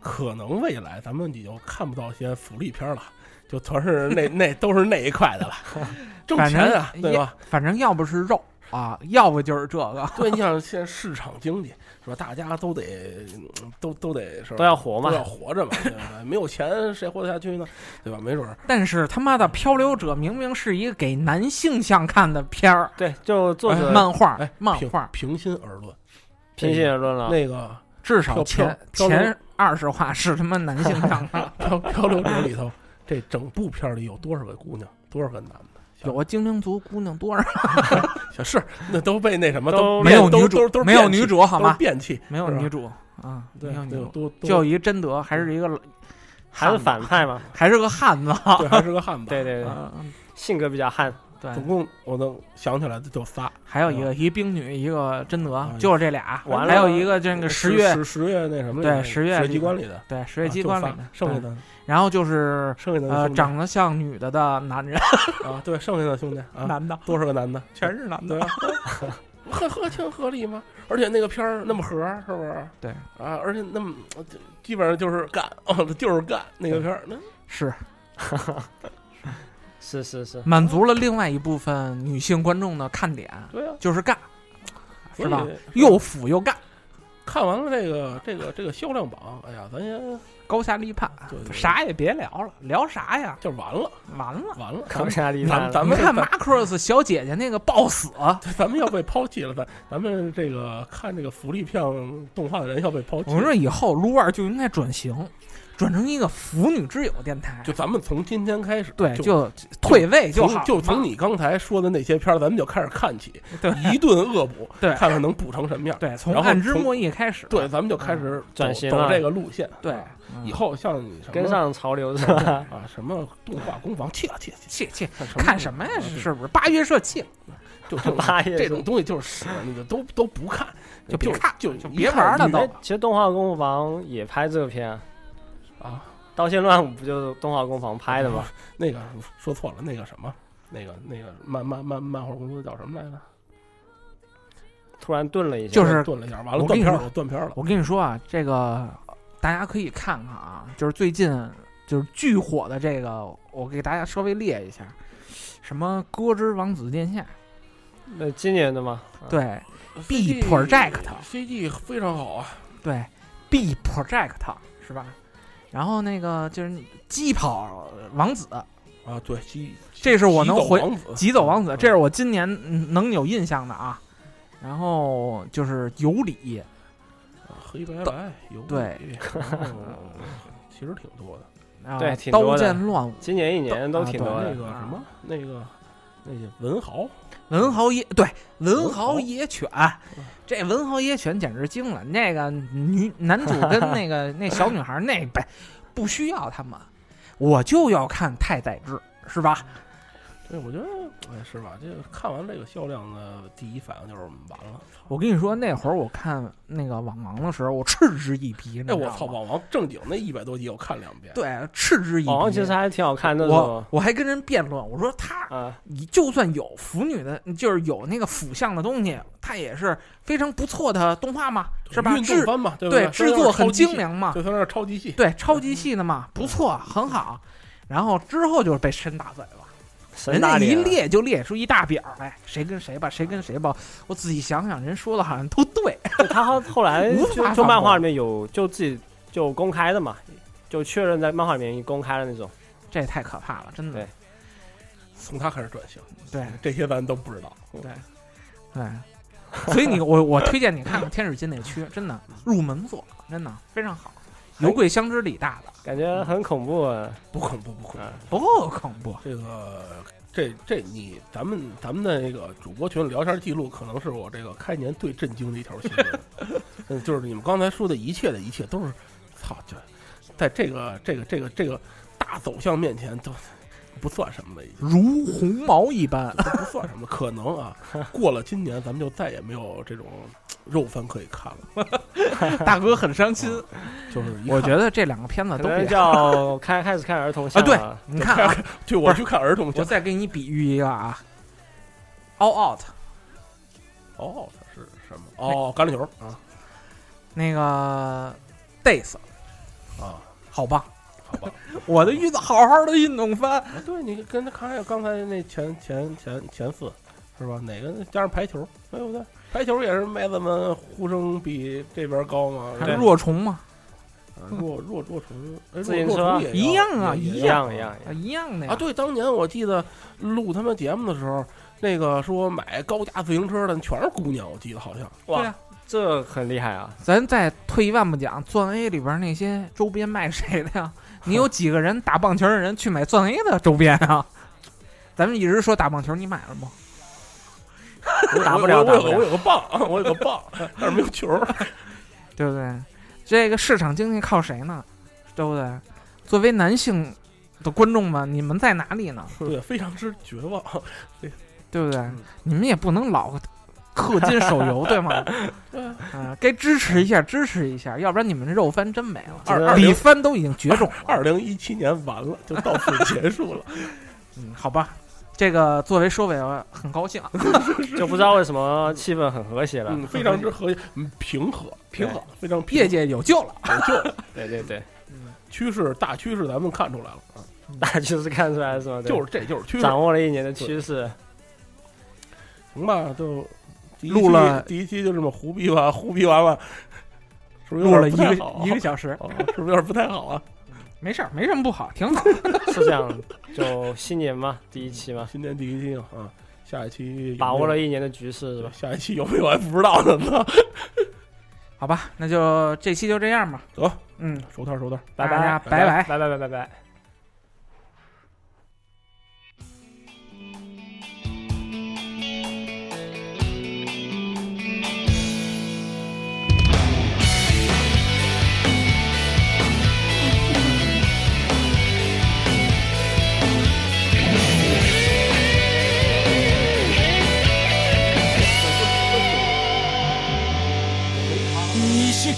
可能未来咱们也就看不到些福利片了，就全是 那那都是那一块的了，挣
反
钱啊，
正
对吧？
反正要不是肉啊，要不就是这个。
对，你想现在市场经济是吧？大家都得嗯都都得是吧
都要活嘛
都。要活着嘛，对吧？ 没有钱谁活得下去呢？对吧？没准
啊
儿
但是他妈的《漂流者》明明是一个给男性向看的片儿，
对，就作者
漫画
哎，
漫
平
画
平心而论，
平心啊而论了。
那个
至少
漂
前
漂流
前二十话是他妈男性向 看。
漂漂流者里头，这整部片儿里有多少个姑娘，多少个男的？
有个精灵族姑娘多少？
小是那都被那什么
都
没有
都
女
都都
主，
是
没有
变
女
器
主好
都是
吗？
变器，
没有
是吧
女主啊，
对，
没有女
对
主，
多多
就一贞德，还是一个
还
汉
是
子
反派
啊
嘛？
还是个汉子。
对，还是个汉堡。
对对对，
啊
性格比较悍。
对，
总共我能想起来的就仨。
还有一个一冰女，一个贞德
啊，
就是这俩。
完了
还有一个这个
十
月，
十十月那什么里
对
的
十月
水
里
机
头
关里的，
对十月
啊
机
就
关里
仨
面，
剩下
对
的
然后就是
剩下的
呃
兄弟
长得像女的的男人，
啊，对，剩下的兄弟 啊，
男的
多少个男的？
全是男的
对。啊，合合情合理吗？而且那个片儿那么合，是不是？
对
啊，而且那么就基本上就是干，哦，就是干那个片儿，那
是
是 是是，
满足了另外一部分女性观众的看点，
对啊，
就是干，
所
是吧
以
又腐又干，
看完了这个这个这个销量榜，哎呀，咱先
高下立判
对对，对
啥也别聊了，聊啥呀？
就完了，
完了，
完了，
扛下力
咱
大
咱
你
们
看
咱
马克思小姐姐那个暴死，
咱们要被抛弃了，咱咱们这个看这个福利片动画的人要被抛弃。
我说以后撸二就应该转型，转成一个腐女之友电台，
就咱们从今天开始，
对，
就
就退位就好
从
嘛，
就从你刚才说的那些片儿，咱们就开始看起，
对
一顿恶补，
对
看看能补成什么样。
对，从
然后
暗之
从
末裔开始，
对，咱们就开始走
嗯转型
走
了
这个路线。
对，
以
后
后像你什么
跟上潮流是 吧？
啊，什么动画工坊，切切切，
切切
看什么
看什么呀？
啊
是
对
是不是八月社气？
就这种
八月
这种东西就是屎，你就都都不看，
就别
看，就
就
一
别
看
玩了
晕
都
哎，其实动画工坊也拍这个片啊，
啊。
《刀剑乱舞》不就是动画工坊拍的吗？
那个说错了，那个什么，那个那个漫漫漫漫画公司叫什么来着？
突然顿了一下，
嗯就是
顿了一下，完了
我跟
断
你
片
说
了，断片了。
我跟你说啊，这个大家可以看看啊，就是最近就是巨火的这个，我给大家稍微列一下，什么《歌之王子殿下》，
嗯
呃今年的嘛，啊，
对
CG
B Project
CG 非常好啊，
对，B Project 是吧？然后那个就是击跑王子，
啊对，西
这是我能回
急
急走王
啊
子，这是我今年嗯能有印象的啊。然后就是有理，
黑白白有
对
理，哦 其实挺多的。
啊
对挺多
刀
的
剑乱舞，
今年一年都挺多
啊
那
的
对。
个什么那个那个文豪，
文豪野对文
文
豪
豪
野犬，
嗯
这文豪野犬简直惊了。那个女男主跟那 个那小女孩儿那不不需要他们，我就要看太宰治，是吧？
对我觉得哎是吧？这个看完这个销量呢，第一反应就是完了。
我跟你说，那会儿我看那个网王的时候，我嗤之以鼻。你知
哎
道吗
我操，网王正经那一百多集我看两遍。
对，嗤之以鼻。
网王其实还挺好看的，那
我
种
我还跟人辩论，我说他
啊，
你就算有腐女的，就是有那个腐向的东西，它也是非常不错的动画嘛，是吧？
运动
制
番嘛，对吧
对制作很精，良嘛
就，他那儿超级细，
对，超级系的嘛，不错，很好。然后之后就是被神打嘴了，
神
人
打
家一
脸啊，
列就列出一大表来，谁跟谁吧，谁跟谁吧。我仔细想想，人说的好像都对，
就他后后来
无法
就
反
就
驳
漫画里面有就自己就公开的嘛，就确认在漫画里面公开的那种。
这也太可怕了，真的。
从他开始转型，
对
这些咱都不知道。
对对，所以你我我推荐你看看《天使禁猎区》，真的入门作，真的非常好，有鬼相知里大的，
感觉很恐怖
嗯
啊，
不恐怖，不恐怖
啊。
不够恐怖。
这个这这你咱们咱们的那个主播群聊天记录，可能是我这个开年最震惊的一条新 闻。嗯，就是你们刚才说的一切的一切，都是操，就在这个这个这个这个大走向面前都。不算什么了，已经
如鸿毛一般，
都不算什么。可 能啊，过了今年，咱们就再也没有这种肉番可以看了。
大哥很伤心。
就是 一
我
看
觉得这两个片子
可
都
能
别，
叫开开始看儿童向
啊对
了
你看啊，
就我去看儿童
我
节
再给你比喻一个啊，All Out
哦，它是什么？哦，橄榄球啊
那个 Days
啊，
好棒，
好吧。
我的运动好好的运动番，
啊对你跟他看刚才那前前前前四是吧？哪个加上排球，对不对？排球也是妹子们呼声比这边高嘛，
还
然后
若虫嘛，
啊弱弱弱虫，哎
自
弱
行
弱
车
虫也
一样啊
也
一
也
一样一样一
啊
样，
一样的
啊！
呀。
对，当年我记得录他们节目的时候，那个说买高价自行车的全是姑娘，我记得 好像
对
哇
啊，
这很厉害啊！
咱再退一万步讲，钻 A 里边那些周边卖谁的呀？你有几个人打棒球的人去买钻 A 的周边啊？咱们一直说打棒球，你买了吗？
打
我
不了
我
打
有
不
个我
了，
有个棒， 我有个棒，但是没有球。
对不对？这个市场经济靠谁呢？对不对？作为男性的观众们，你们在哪里呢？
对，非常之绝望。
对不对？
嗯
你们也不能老氪金手游，对吗？
对
啊、该支持一下，支持一下，要不然你们这肉番真没了。
二
二
李帆都已经绝种了，
二零一七年完了，就到此结束了。
嗯，好吧，这个作为收尾，我很高兴。啊
就不知道为什么气氛很和谐了
嗯，。非常之和哎谐，嗯，平和，平和，非常平
业
和嗯
界有救 了，
就
对对对，
趋势大趋势，咱们看出来了，啊
大家就是看出来是吗？对
就是这就是趋势，
掌握了一年的趋势，
行吧？就第一期
录了
第一期就这么胡逼吧，胡逼完了，是不是
录
有
了
点
一
不太
个
好啊
一个小时，
哦是不是有点不太好啊？
没事儿，没什么不好，挺好。
是这样。就新年嘛，第一期嘛，
今天第一期啊，下一期有没
把握了
有
一年的局势是吧？
下一期有没有还不知道呢？
好吧，那就这期就这样吧。
走，
嗯，
手套手套。
拜
大家
拜
拜拜。
拜拜拜拜拜。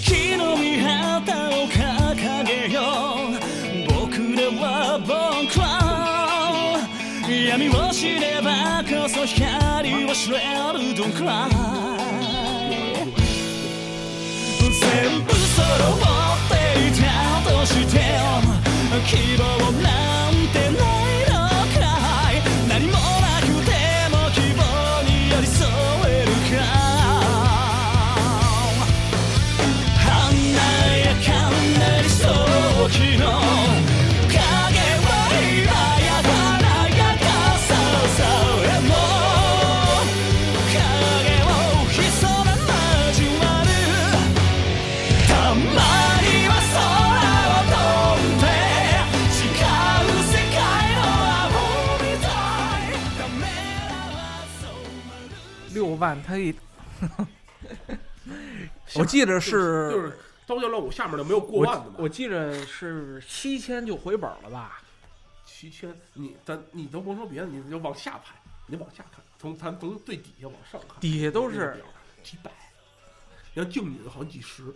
錦の御旗を掲げよう僕らは僕は闇を知ればこそ光を知れるどんくらい全部そろっていたとして希望なんてないのかい何もなくても希望に寄り添えるか華やかな理想の影を今や華やかささえも影を潜め交わるたまには空を飛んで違う世界を仰ぎたいためらわそう
六万他一，我记得是
就是刀剑乱舞下面的没有过万的
我
吧？
我记着是七千就回本了吧？
七千，你咱你都甭说别的，你就往下排，你往下看，从咱从最底下往上看，
底下都
那个
是
表几百，你要静你好像几十，